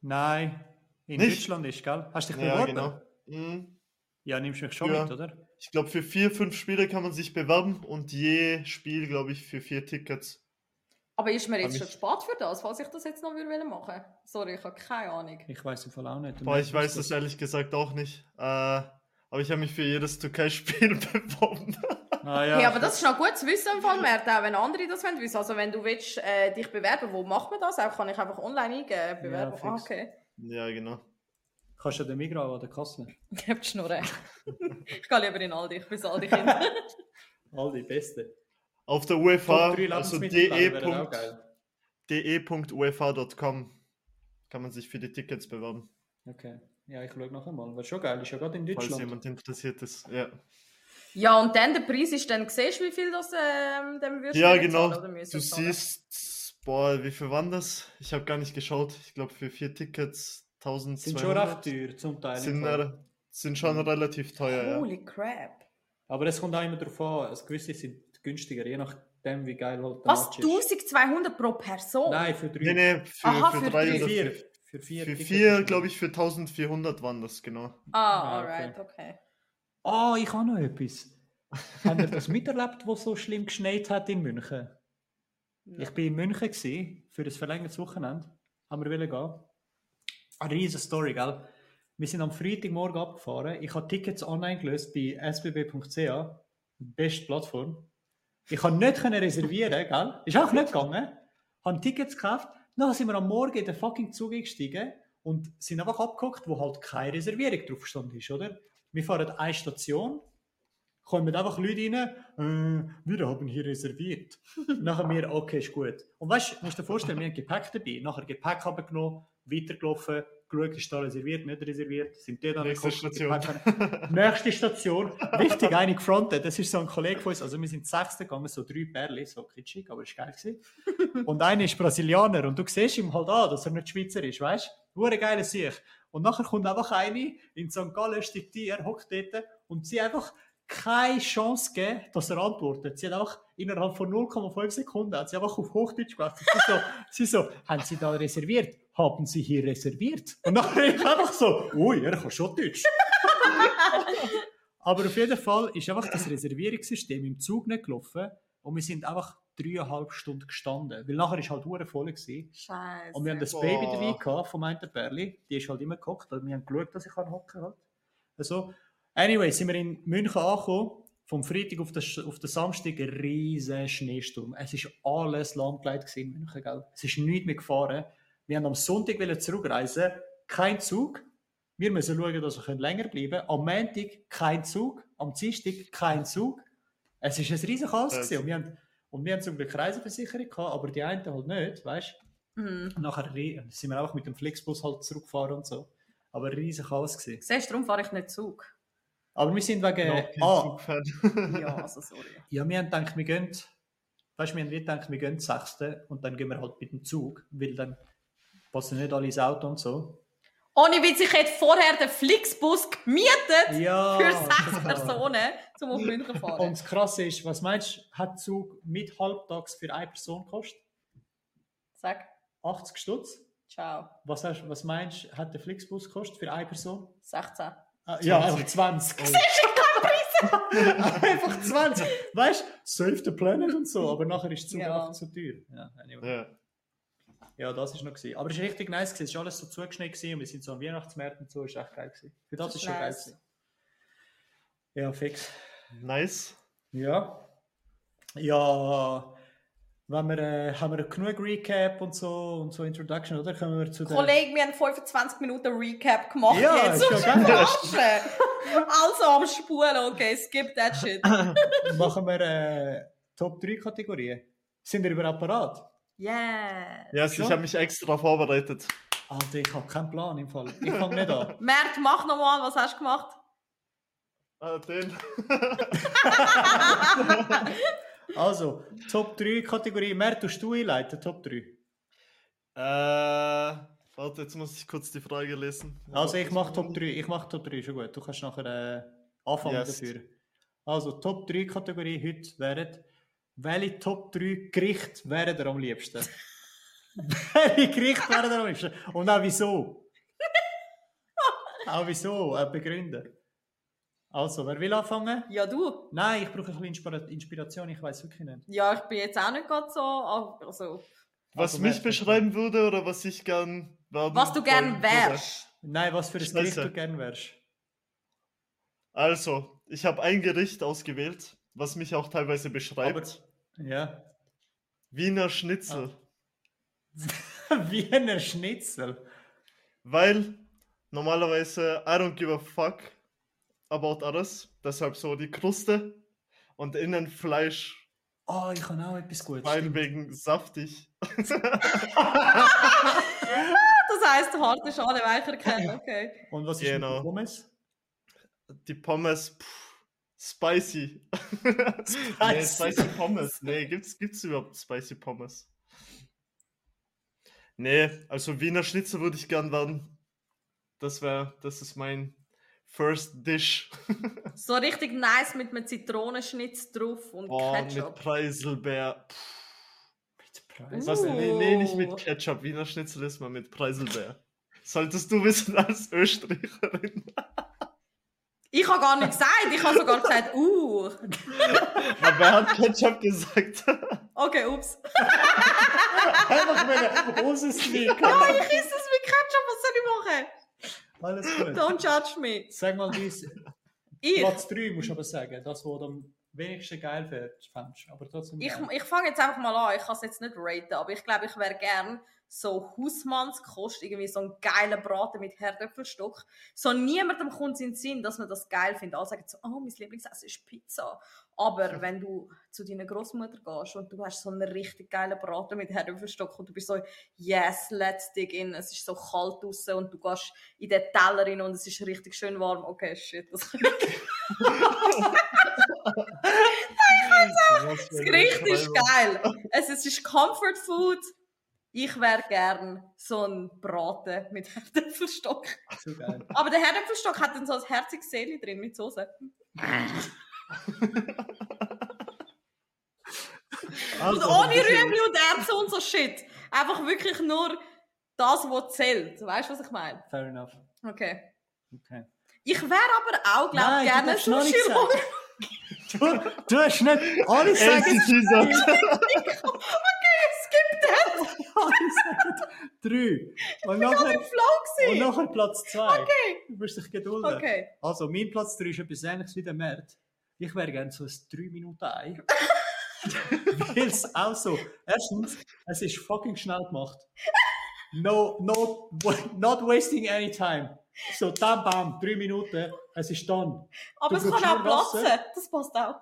Speaker 1: Nein, in
Speaker 3: Nicht?
Speaker 1: Deutschland ist, gell? Hast du dich
Speaker 3: Ja,
Speaker 1: beworben?
Speaker 3: genau. Mhm.
Speaker 1: Ja, nimmst du mich schon
Speaker 3: Ja.
Speaker 1: mit, oder?
Speaker 3: Ich glaube, für vier, fünf Spiele kann man sich bewerben und je Spiel, glaube ich, für vier Tickets.
Speaker 2: Aber ist mir jetzt
Speaker 3: Aber
Speaker 2: schon
Speaker 3: ich-
Speaker 2: spät für das, falls ich das jetzt noch will machen würde? Sorry, ich habe keine Ahnung.
Speaker 1: Ich weiß im Fall auch nicht.
Speaker 3: Boah, ich weiß das ehrlich gesagt auch nicht. Äh, aber ich habe mich für jedes Türkei-Spiel beworben.
Speaker 1: Ah, ja.
Speaker 2: Hey, aber das ist noch gut zu wissen im Fall, Mert, auch wenn andere das wollen wissen. Also wenn du willst, äh, dich bewerben, wo macht man das? Auch kann ich einfach online eingeben, Bewerbung.
Speaker 1: fix.
Speaker 2: ah, okay.
Speaker 3: ja, genau.
Speaker 1: Kannst du den Migros oder Kassel?
Speaker 2: Ich hab die Schnurre. ich gehe lieber in Aldi, ich bin Aldi Kind.
Speaker 1: All die Besten.
Speaker 3: Auf der UEFA,
Speaker 1: Top drei
Speaker 3: also
Speaker 1: Lebensmittelpläne wären auch
Speaker 3: de.uefa.com
Speaker 1: geil.
Speaker 3: e kann man sich für die Tickets bewerben,
Speaker 1: Okay. Ja, ich schaue noch einmal. Wäre schon geil, ist ja gerade in
Speaker 3: falls
Speaker 1: Deutschland.
Speaker 3: jemand interessiert ist. Ja,
Speaker 2: ja, und dann der Preis ist dann, siehst du, wie viel das ähm, dem würdest
Speaker 3: ja
Speaker 2: du
Speaker 3: genau.
Speaker 2: bezahlen oder müssen
Speaker 3: Du
Speaker 2: bezahlen?
Speaker 3: siehst, boah, wie viel waren das? Ich habe gar nicht geschaut. Ich glaube, für vier Tickets 1200.
Speaker 1: Sind schon recht teuer zum Teil. im
Speaker 3: sind,
Speaker 1: Fall. Mhm.
Speaker 3: äh, sind schon relativ teuer, ja.
Speaker 2: Holy crap.
Speaker 1: Aber es kommt auch immer darauf an, es gewisse sind günstiger, je nachdem wie geil halt der
Speaker 2: Was,
Speaker 1: Match ist.
Speaker 2: 1200 pro Person?
Speaker 1: Nein, für drei.
Speaker 3: Nee, nee, für,
Speaker 2: Aha,
Speaker 3: für,
Speaker 2: für
Speaker 3: drei
Speaker 2: drei.
Speaker 1: Für
Speaker 3: oder
Speaker 1: vier.
Speaker 3: für,
Speaker 1: Für vier,
Speaker 3: für
Speaker 1: Tickets
Speaker 3: vier
Speaker 1: ist-
Speaker 3: glaube ich, für 1400 waren das, genau.
Speaker 2: Ah,
Speaker 1: Ah,
Speaker 2: alright, okay.
Speaker 1: Ah, ich habe noch etwas. Habt ihr das miterlebt, was so schlimm geschneit hat in München?
Speaker 2: Ja.
Speaker 1: Ich war in München gsi für ein verlängertes Wochenende. Haben wir wollen gehen. Ah, Eine riesige Story, gell? Wir sind am Freitagmorgen abgefahren. Ich habe Tickets online gelöst bei sbb.ch. Beste Plattform. Ich konnte nicht können reservieren, gell? Ist auch nicht gegangen. Haben Tickets gekauft. Dann sind wir am Morgen in den fucking Zug eingestiegen und sind einfach abgeguckt, wo halt keine Reservierung drauf stand ist, oder? Wir fahren eine Station, kommen einfach Leute rein, äh, wir haben hier reserviert. Nachher mir, okay, ist gut. Und weißt du, musst dir vorstellen, wir haben Gepäck dabei. Nachher Gepäck abgenommen, weitergelaufen, geschaut, ist da reserviert, nicht reserviert, sind die dann
Speaker 3: Nächste
Speaker 1: angeguckt,
Speaker 3: Station.
Speaker 1: Gepäck- Nächste Station. Richtig, eine gefrontet. Das ist so ein Kollege von uns. Also, wir sind sechste gegangen, so drei Perle, so kitschig, aber ist geil gewesen. Und einer ist Brasilianer. Und du siehst ihm halt an, dass er nicht Schweizer ist, weißt du? Hure geiler Sieg. Und nachher kommt einfach eine in St. Gallen, steckt die, er hockt dort und sie einfach keine Chance gegeben, dass er antwortet. Sie hat einfach innerhalb von 0,5 Sekunden hat sie einfach auf Hochdeutsch gesprochen. Sie so, sie so, haben Sie da reserviert? Haben Sie hier reserviert? Und nachher ich einfach so, ui, er kann schon Deutsch. Aber auf jeden Fall ist einfach das Reservierungssystem im Zug nicht gelaufen und wir sind einfach dreieinhalb Stunden gestanden, weil nachher ist halt hure voll gewesen.
Speaker 2: Scheiße.
Speaker 1: Und wir haben das
Speaker 3: Boah.
Speaker 1: Baby dabei gehabt vom einen Perli. Die ist halt immer gehockt. Also wir haben geschaut, dass ich kann hocken kann. halt. Also, anyway, sind wir in München angekommen. Vom Freitag auf den, Sch- auf den Samstag ein riesen Schneesturm. Es ist alles lahmgelegt gewesen in München, gell? Es ist nichts mehr gefahren. Wir haben am Sonntag wollen zurückreisen. Kein Zug. Wir müssen schauen, dass wir können länger bleiben können. Am Montag kein Zug. Am Dienstag kein Zug. Es ist ein riesen Chaos.
Speaker 3: Das-
Speaker 1: gewesen. Und wir, haben, und wir haben zum Glück Reiseversicherung gehabt, aber die einen halt nicht, weißt du?
Speaker 2: Mhm.
Speaker 1: Und nachher ri- sind wir einfach mit dem Flixbus halt zurückgefahren und so. Aber riesig Chaos gewesen.
Speaker 2: Siehst du, darum fahre ich nicht Zug.
Speaker 1: Aber wir sind wegen...
Speaker 3: Noch kein
Speaker 1: ah,
Speaker 3: Zugfan.
Speaker 2: Ja, also sorry.
Speaker 1: ja, wir haben gedacht, wir gehen... Weißt du, wir haben nicht gedacht, wir gehen die Sechste und dann gehen wir halt mit dem Zug, weil dann passen nicht alle ins Auto und so.
Speaker 2: Ohne Witz, ich hätte vorher den Flixbus gemietet
Speaker 1: Ja!
Speaker 2: für
Speaker 3: Ah.
Speaker 2: sechs Personen, um auf München zu
Speaker 1: Und
Speaker 2: fahren.
Speaker 1: das Krasse ist, was meinst du, hat Zug mit halbtags für eine Person gekostet?
Speaker 2: Sag,
Speaker 1: 80 Stutz.
Speaker 2: ciao.
Speaker 1: Was, hast, was meinst du, hat der Flixbus gekostet für eine Person?
Speaker 2: 16.
Speaker 1: Ah, ja, einfach 20. einfach 20. Weißt du, save the planet und so, aber nachher ist es
Speaker 2: Ja.
Speaker 1: einfach zu teuer. Ja, anyway.
Speaker 3: Ja.
Speaker 1: Ja, das ist noch gewesen. Aber es war richtig nice gewesen. Es war alles so zugeschnitten gewesen und wir sind so am Weihnachtsmarkt und so. Ist echt geil gewesen. Für das,
Speaker 2: Das
Speaker 1: ist
Speaker 2: ist
Speaker 1: schon geil
Speaker 2: nice.
Speaker 1: gewesen. Ja, fix.
Speaker 3: Nice.
Speaker 1: Ja. Ja. Wenn wir, äh, haben wir genug Recap und so und so Introduction, oder? Kommen wir zu der.
Speaker 2: Kollege, wir haben 25 Minuten Recap gemacht
Speaker 1: Ja,
Speaker 2: jetzt.
Speaker 1: ist
Speaker 2: Sollst
Speaker 1: ja
Speaker 2: du mich
Speaker 1: geil.
Speaker 2: verarschen? also am Spulen, okay, skip that shit.
Speaker 1: Machen wir äh, Top 3 Kategorien. Sind wir überhaupt parat?
Speaker 2: Yeah.
Speaker 3: Yes, ich
Speaker 1: Schon?
Speaker 3: habe mich extra vorbereitet.
Speaker 1: Alter, ich habe keinen Plan im Fall. Ich fange nicht an.
Speaker 2: Mert, mach nochmal, was hast du gemacht?
Speaker 3: Ah, den.
Speaker 1: Also, Top 3 Kategorie. Mehr tust du einleiten, Top 3.
Speaker 3: Äh, warte, jetzt muss ich kurz die Frage lesen.
Speaker 1: Also, ich mache Top 3. Ich mache Top 3, schon gut. Du kannst nachher äh, anfangen
Speaker 3: Yes.
Speaker 1: dafür. Also, Top 3 Kategorie heute wären. Welche Top 3 Gerichte wären dir am liebsten? Welche Gerichte wären dir am liebsten? Und auch wieso? auch wieso? Äh, begründen. Also, wer will anfangen?
Speaker 2: Ja, du.
Speaker 1: Nein, ich brauche ein bisschen Inspira Inspiration, ich weiß wirklich nicht.
Speaker 2: Ja, ich bin jetzt auch nicht gerade so. aber- Also,
Speaker 3: Was
Speaker 1: Also,
Speaker 3: mich
Speaker 1: Mert-
Speaker 3: beschreiben würde oder was ich gern werden
Speaker 2: was du gern
Speaker 3: wollen würde.
Speaker 2: wärst.
Speaker 1: Nein, was für ein
Speaker 3: Scheiße.
Speaker 1: Gericht du gerne wärst.
Speaker 3: Also, ich habe ein Gericht ausgewählt, was mich auch teilweise beschreibt.
Speaker 1: Ja.
Speaker 3: Wiener Schnitzel.
Speaker 1: Ah. Wiener Schnitzel.
Speaker 3: Weil normalerweise I don't give a fuck about others. Deshalb so die Kruste und innen Fleisch.
Speaker 1: Oh, ich habe auch etwas Gutes.
Speaker 3: Weil wegen saftig.
Speaker 2: Das heisst, harte Schale weicher kennen, okay.
Speaker 1: Und was ist
Speaker 3: Genau.
Speaker 1: mit Pommes?
Speaker 3: Die Pommes, pff, spicy. Nee, spicy Pommes. Nee, gibt's, gibt's überhaupt spicy Pommes? Nee, also Wiener Schnitzel würde ich gern werden. Das wäre, das ist mein First Dish.
Speaker 2: So richtig nice mit einem Zitronenschnitz drauf und
Speaker 3: Boah, mit
Speaker 2: Ketchup.
Speaker 3: Preiselbeer. Pff,
Speaker 1: Mit Preis.
Speaker 3: Was? Nee, nee, nicht
Speaker 2: Uh.
Speaker 3: mit Ketchup. Wiener Schnitzel ist mal mit Preiselbeer. Solltest du wissen als Österreicherin.
Speaker 2: Ich habe gar nicht gesagt, ich habe sogar gesagt, uh.
Speaker 3: Aber wer hat Ketchup gesagt?
Speaker 2: Okay, ups.
Speaker 1: Einfach meine Hosensneaker.
Speaker 2: Ah, Ich esse es mit Ketchup, was soll ich machen?
Speaker 1: Alles gut.
Speaker 2: Don't judge me.
Speaker 1: Sag mal, dies
Speaker 2: Ich,
Speaker 1: Platz 3 musst du aber sagen. Das, was du am wenigsten geil fänd- fändest. Aber trotzdem.
Speaker 2: ich,
Speaker 1: geil.
Speaker 2: ich fange jetzt einfach mal an. Ich kann es jetzt nicht raten, aber ich glaube, ich wäre gern so Hausmannskost, irgendwie so einen geilen Braten mit Herdöpfelstock. So niemandem kommt es in den Sinn, dass man das geil findet. Alle sagen so, oh, mein Lieblingsessen ist Pizza. Aber wenn du zu deiner Großmutter gehst und du hast so einen richtig geilen Braten mit Herdöpfelstock und du bist so, yes, let's dig in, es ist so kalt draußen und du gehst in den Teller rein und es ist richtig schön warm. Okay, shit, das Das Gericht
Speaker 3: Also,
Speaker 2: ist geil. Es, es ist Comfort Food. Ich wäre gern so ein Braten mit Herdöpfelstock.
Speaker 1: So geil.
Speaker 2: Aber der Herdöpfelstock hat dann so ein herziges Seele drin mit Soße. Und
Speaker 1: Also,
Speaker 2: ohne
Speaker 1: das ist-
Speaker 2: Rüebli und Erbsen und so Shit. Einfach wirklich nur das, was zählt. Weißt du, was ich meine?
Speaker 1: Fair enough.
Speaker 2: Okay.
Speaker 1: Okay.
Speaker 2: Ich wäre aber auch, glaube
Speaker 1: Nein,
Speaker 2: ich,
Speaker 1: du
Speaker 2: gerne
Speaker 1: darfst noch nicht
Speaker 2: Sushi-Roll.
Speaker 1: Du, du hast nicht. Alle
Speaker 3: Ey,
Speaker 1: sagen
Speaker 3: sie teasert.
Speaker 1: Drei. Und nachher,
Speaker 2: im Flow
Speaker 1: und
Speaker 2: gewesen.
Speaker 1: nachher Platz zwei. Okay. Du musst dich gedulden.
Speaker 2: Okay.
Speaker 1: Also, mein Platz drei ist etwas ähnliches wie der Mert. Ich wäre gerne so ein 3 Minuten Ei. Weil es auch so. Erstens, es ist fucking schnell gemacht. No, no, not wasting any time. So, dann bam, 3 Minuten, es ist dann.
Speaker 2: Aber
Speaker 1: Du
Speaker 2: es kann
Speaker 1: brauchst
Speaker 2: auch
Speaker 1: nur Wasser.
Speaker 2: platzen. Das passt auch.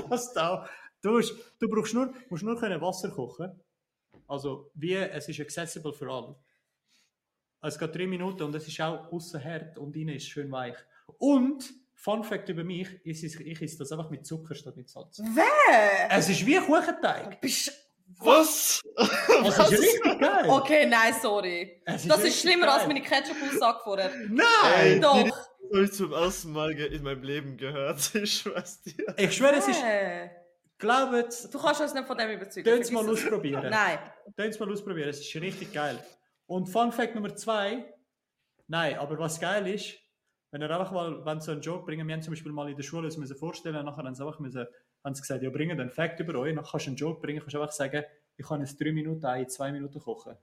Speaker 1: Das passt auch. Du, hast, du brauchst nur, musst nur können Wasser kochen Also, wie, es ist accessible für alle. Also, Es geht drei Minuten und es ist auch außen hart und innen ist schön weich. Und, Fun Fact über mich, ich, ich, ich esse das einfach mit Zucker statt mit Salz.
Speaker 2: Äh,
Speaker 1: Es ist wie ein Kuchenteig.
Speaker 2: bist...
Speaker 3: Was?
Speaker 1: Es ist richtig geil.
Speaker 2: Okay, nein, sorry.
Speaker 1: Es
Speaker 2: Das
Speaker 1: richtig
Speaker 2: ist schlimmer als
Speaker 1: geil.
Speaker 2: meine Ketchup-Aussage vorher.
Speaker 1: Nein!
Speaker 3: Ey,
Speaker 2: Doch.
Speaker 3: die- Das habe ich zum ersten Mal ge- in meinem Leben gehört. Ich schwör's dir.
Speaker 1: Ich schwöre, es ist.
Speaker 2: Äh,
Speaker 1: Glaubt,
Speaker 2: Du kannst uns nicht von dem überzeugen.
Speaker 1: Tönt's mal
Speaker 2: vergiss es.
Speaker 1: ausprobieren.
Speaker 2: Nein.
Speaker 1: Tönt's mal ausprobieren, es ist richtig geil. Und Fun Fact Nummer zwei, nein, aber was geil ist, wenn er einfach mal, wenn sie so einen Joke bringen, wir haben zum Beispiel mal in der Schule uns müssen vorstellen, nachher haben sie einfach müssen, haben sie gesagt, ja, bringen den Fact über euch, dann kannst du einen Joke bringen, kannst einfach sagen, ich ich kann es 3 Minuten ein, in 2 Minuten kochen.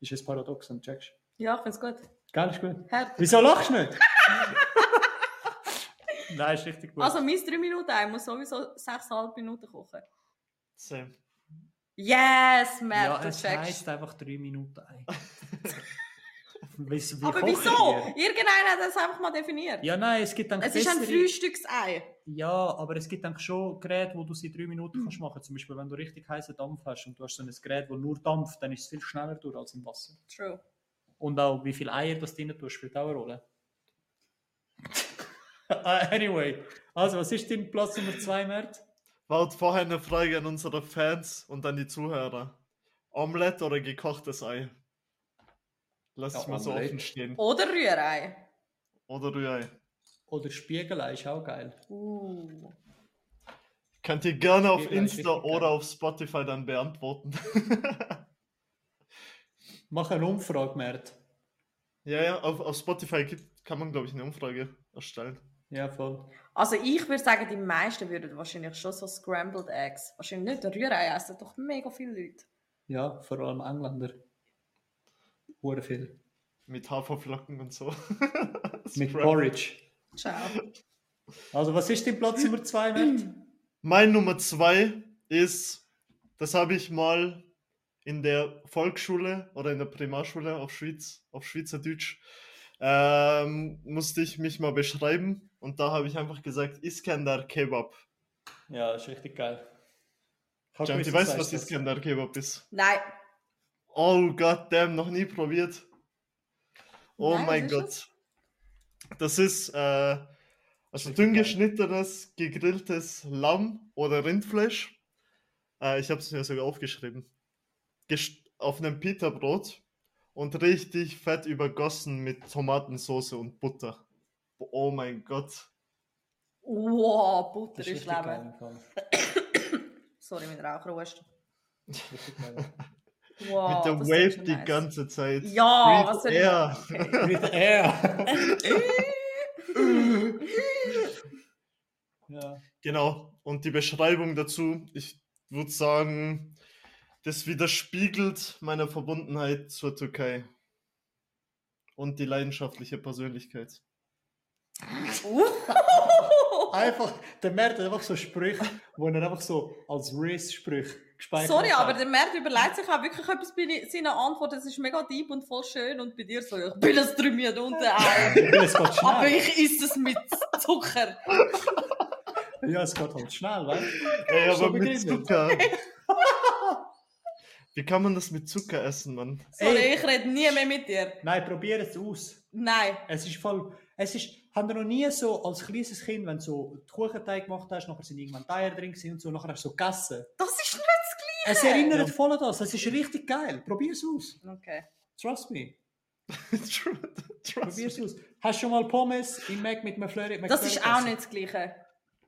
Speaker 1: Ist ein Paradoxon, checkst du?
Speaker 2: Ja, ich finde es gut.
Speaker 1: Gell, ist gut.
Speaker 2: Hart.
Speaker 1: Wieso lachst du nicht? Nein, ist richtig gut.
Speaker 2: Also, mein 3 Minuten ein muss sowieso 6,5 Minuten kochen.
Speaker 3: Same.
Speaker 2: Yes, Mert,
Speaker 1: ja,
Speaker 2: du
Speaker 1: es
Speaker 2: checkst.
Speaker 1: heisst einfach 3 Minuten ein. Wieso- wie
Speaker 2: Aber
Speaker 1: kochen
Speaker 2: wieso?
Speaker 1: wir?
Speaker 2: Irgendeiner hat das einfach mal definiert.
Speaker 1: Ja, nein, es gibt dann
Speaker 2: es ist ein
Speaker 1: bessere-
Speaker 2: Frühstücksei.
Speaker 1: Ja, aber es gibt dann schon Geräte, wo du sie drei
Speaker 2: Mhm.
Speaker 1: Minuten kannst machen. Zum Beispiel, wenn du richtig heißen Dampf hast und du hast so ein Gerät, wo nur dampft, dann ist es viel schneller durch als im Wasser.
Speaker 2: True.
Speaker 1: Und auch wie viele Eier das drin tust, spielt auch eine Rolle. Ah, anyway, also was ist dein Platz Nummer zwei, Mert?
Speaker 3: War vorher eine Frage an unsere Fans und an die Zuhörer. Omelette oder gekochtes Ei? Lass
Speaker 1: Ja,
Speaker 3: ich mal so
Speaker 1: Omelette.
Speaker 3: offen stehen.
Speaker 2: Oder Rührei.
Speaker 3: Oder Rührei.
Speaker 1: Oder Spiegelei ist auch geil.
Speaker 2: Uh.
Speaker 3: Könnt ihr gerne auf
Speaker 1: Geht gleich
Speaker 3: Insta
Speaker 1: richtig
Speaker 3: oder
Speaker 1: geil.
Speaker 3: auf Spotify dann beantworten.
Speaker 1: Mach eine Umfrage, Mert.
Speaker 3: ja, ja, auf, auf Spotify gibt, kann man, glaube ich, eine Umfrage erstellen.
Speaker 1: Ja, voll.
Speaker 2: Also ich würde sagen, die meisten würden wahrscheinlich schon so Scrambled Eggs. Wahrscheinlich nicht Rührei essen, doch mega viele Leute.
Speaker 1: Ja, vor allem Engländer. Hure viel.
Speaker 3: Mit Haferflocken und so.
Speaker 1: Mit
Speaker 3: Scrap.
Speaker 1: Porridge.
Speaker 2: Ciao.
Speaker 1: Also was ist dein Platz Nummer zwei, Mert?
Speaker 3: Mein Nummer zwei ist, das habe ich mal in der Volksschule oder in der Primarschule auf Schweiz, auf Schweizerdeutsch, ähm, musste ich mich mal beschreiben und da habe ich einfach gesagt, Iskandar Kebab.
Speaker 1: Ja, ist richtig geil. Ich hab
Speaker 3: Jam, du
Speaker 1: gewusst,
Speaker 3: weißt,
Speaker 1: du
Speaker 3: was
Speaker 1: sagst das. genau-
Speaker 3: Iskandar Kebab ist?
Speaker 2: Nein,
Speaker 3: Oh Gott, damn, noch nie probiert. Oh
Speaker 2: Nein, was
Speaker 3: mein
Speaker 2: ist
Speaker 3: Gott. Das ist äh, also dünn
Speaker 1: geil.
Speaker 3: geschnittenes, gegrilltes Lamm oder Rindfleisch. Äh, ich habe es mir sogar aufgeschrieben. Gest auf einem Pita-Brot und richtig fett übergossen mit Tomatensauce und Butter. Oh mein Gott.
Speaker 2: wow, Butter
Speaker 1: Das
Speaker 2: ist
Speaker 1: ist
Speaker 2: Leben.
Speaker 1: richtig geil. im Fall.
Speaker 2: Sorry, mein Rauchrost.
Speaker 1: Richtig geil.
Speaker 2: Wow,
Speaker 3: mit der
Speaker 2: Oh, das klingt
Speaker 3: Wave
Speaker 2: schon
Speaker 3: die
Speaker 2: nice.
Speaker 3: ganze Zeit.
Speaker 2: Ja,
Speaker 3: Breathe
Speaker 2: was soll ich
Speaker 3: air.
Speaker 2: machen? Okay.
Speaker 1: With air.
Speaker 2: Äh?
Speaker 1: ja.
Speaker 3: Genau. Und die Beschreibung dazu, ich würde sagen, das widerspiegelt meine Verbundenheit zur Türkei. Und die leidenschaftliche Persönlichkeit.
Speaker 2: Uh.
Speaker 1: Einfach, der Mert hat einfach so Sprüche, wo er einfach so als Riss-Sprüche gespeichert
Speaker 2: Sorry,
Speaker 1: hat.
Speaker 2: aber der Mert überlegt sich auch wirklich etwas bei seiner Antwort. Das ist mega deep und voll schön. Und bei dir so, ich bin es drei Minuten ein.
Speaker 1: Weil es geht
Speaker 2: Aber
Speaker 1: schnell.
Speaker 2: ich esse es mit Zucker.
Speaker 1: Ja, es geht halt schnell, weißt du?
Speaker 3: Ey,
Speaker 1: schon
Speaker 3: aber mit
Speaker 1: begründet.
Speaker 3: Zucker. Wie kann man das mit Zucker essen, Mann?
Speaker 2: Sorry,
Speaker 1: Ey.
Speaker 2: ich rede nie mehr mit dir.
Speaker 1: Nein, probier es aus.
Speaker 2: Nein.
Speaker 1: Es ist voll. Es ist, haben wir noch nie so als kleines Kind, wenn du so den Kuchenteig gemacht hast, nachher sind irgendwann die Eier drin gewesen und so, nachher hast du so gegessen.
Speaker 2: Das ist nicht das
Speaker 1: Es erinnert voll an das. Es ist richtig geil. Probier es aus.
Speaker 2: Gleiche. Okay.
Speaker 1: Trust me.
Speaker 3: Trust
Speaker 1: Probier
Speaker 3: me.
Speaker 1: es aus. Hast du schon mal Pommes im Mac mit McFlurry?
Speaker 2: Das
Speaker 1: McFlurry
Speaker 2: ist auch
Speaker 1: gegessen?
Speaker 2: nicht das Gleiche.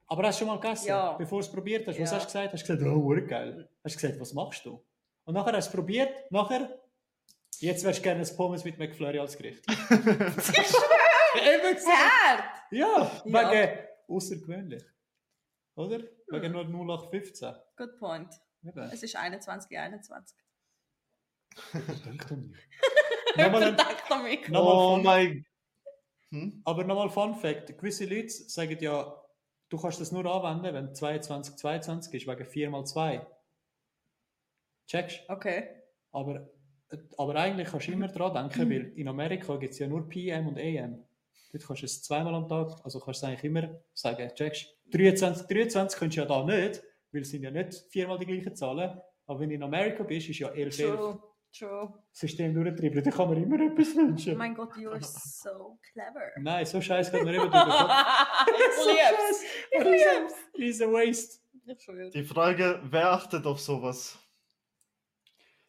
Speaker 1: Aber hast du schon mal gegessen,
Speaker 2: Ja.
Speaker 1: bevor du es probiert hast? Was
Speaker 2: Ja.
Speaker 1: hast du gesagt? Hast du gesagt, oh, hure geil. Hast du gesagt, was machst du? Und nachher hast du es probiert, nachher, jetzt wärst du gerne ein Pommes mit McFlurry als Gericht. Eben gesagt.
Speaker 2: Zart!
Speaker 1: Ja,
Speaker 2: Ja.
Speaker 1: wegen außergewöhnlich. Oder? Wegen nur 0815.
Speaker 2: Good point.
Speaker 1: Eben.
Speaker 2: Es ist 21, 21.
Speaker 1: Nochmal ein-
Speaker 2: Verdammt damit.
Speaker 1: nochmal
Speaker 3: Oh
Speaker 1: Fun-
Speaker 3: mein. Hm?
Speaker 1: Aber nochmal Fun Fact: gewisse Leute sagen ja, du kannst das nur anwenden, wenn 22, 22 ist, wegen 4x2. Checkst
Speaker 2: Okay.
Speaker 1: Aber, aber eigentlich kannst du immer dran denken, weil in Amerika gibt es ja nur PM und AM. Dort kannst du es zweimal am Tag, also kannst du es eigentlich immer sagen, checkst 23, 23 könntest du ja da nicht, weil es sind ja nicht viermal die gleichen Zahlen. Aber wenn du in Amerika bist, ist ja 11, 11
Speaker 2: True. True.
Speaker 1: System durchgetrieben. Da kann man immer etwas
Speaker 2: Oh
Speaker 1: wünschen.
Speaker 2: mein Gott, you are so clever.
Speaker 1: Nein, so scheiße geht man immer durch den Kopf. So
Speaker 2: ich
Speaker 1: scheiss.
Speaker 2: lieb's. Ich lieb's.
Speaker 1: Riesen Waste.
Speaker 2: Ich schwöre.
Speaker 3: Die Frage, wer achtet auf sowas?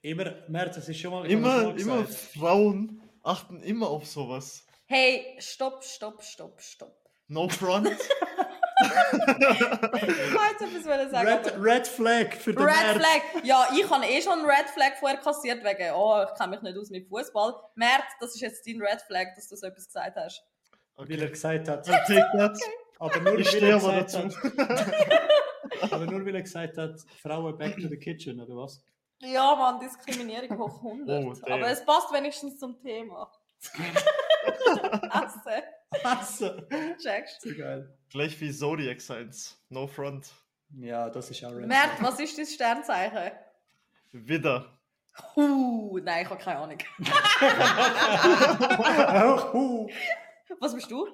Speaker 1: Immer, Merz, das ist schon mal... ich hab das schon
Speaker 3: Immer,
Speaker 1: mal
Speaker 3: immer
Speaker 1: gesagt.
Speaker 3: Frauen achten immer auf sowas.
Speaker 2: Hey, stopp, stopp, stopp, stopp.
Speaker 3: No front.
Speaker 2: Ich wollte etwas wollen sagen.
Speaker 1: Red,
Speaker 2: aber-
Speaker 1: Red Flag für den
Speaker 2: Red
Speaker 1: Merz.
Speaker 2: Flag! Ja, ich habe eh schon einen Red Flag vorher kassiert wegen, oh, ich kenne mich nicht aus mit Fußball. Mert, das ist jetzt dein Red Flag, dass du so etwas gesagt hast.
Speaker 1: Weil er
Speaker 3: Okay.
Speaker 1: gesagt hat.
Speaker 3: I take that.
Speaker 1: Aber nur,
Speaker 3: Ich
Speaker 1: weil er
Speaker 3: stehe aber
Speaker 1: gesagt
Speaker 3: dazu.
Speaker 1: hat. Aber nur weil er gesagt hat, Frauen back to the kitchen, oder was?
Speaker 2: Ja, Mann, Diskriminierung hoch 100.
Speaker 3: Oh, damn.
Speaker 2: Aber es passt wenigstens zum Thema. Essen,
Speaker 1: Hasse!
Speaker 2: checkst
Speaker 1: Zu geil.
Speaker 3: Gleich wie Zodiac Signs. No front.
Speaker 1: Ja, das ist auch
Speaker 2: du?
Speaker 1: red.
Speaker 2: Mert, was ist dein Sternzeichen?
Speaker 3: Widder.
Speaker 2: Uh, nein, ich habe keine Ahnung.
Speaker 1: Ach, hu.
Speaker 2: Was bist du?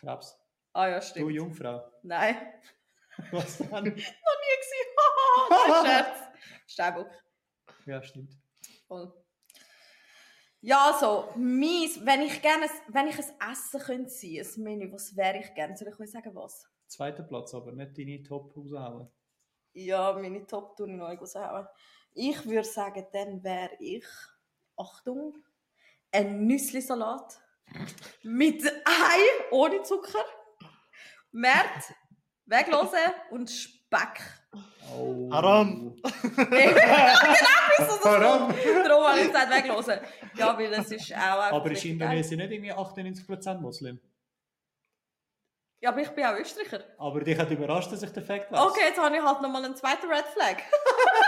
Speaker 1: Krebs.
Speaker 2: Ah ja,
Speaker 1: Du
Speaker 2: stimmt.
Speaker 1: Jungfrau.
Speaker 2: Nein.
Speaker 1: Was dann?
Speaker 2: Nie gewesen. Nein, Scherz. Steinbock.
Speaker 1: Ja, stimmt.
Speaker 2: Voll. Ja, so, mies. Wenn ich gerne ein, wenn ich ein Essen könnte sein, ein Menü, was wäre ich gerne? Soll ich euch sagen, was?
Speaker 1: Zweiter Platz, aber nicht deine Top raushauen.
Speaker 2: Ja, meine Top tue ich noch raushauen. Ich würde sagen, dann wäre ich, Achtung, ein Nüsslisalat mit Ei ohne Zucker, Mert, weglosen und Speck.
Speaker 1: Oh.
Speaker 3: Haram.
Speaker 2: Wieso das
Speaker 1: Warum?
Speaker 2: Darum habe ich gesagt, weglosen. Ja, weil es ist auch
Speaker 1: Aber
Speaker 2: einfach
Speaker 1: ist
Speaker 2: geil.
Speaker 1: Indonesien nicht irgendwie 98% Muslim?
Speaker 2: Ja, aber ich bin auch Österreicher.
Speaker 1: Aber dich hat überrascht, dass ich den Fact weiß.
Speaker 2: Okay, jetzt habe ich halt nochmal einen zweiten Red Flag.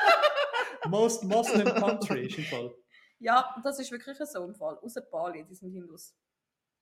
Speaker 1: Most Muslim country ist im Fall.
Speaker 2: Ja, das ist wirklich so ein Fall. Außer Bali, die sind Hindus.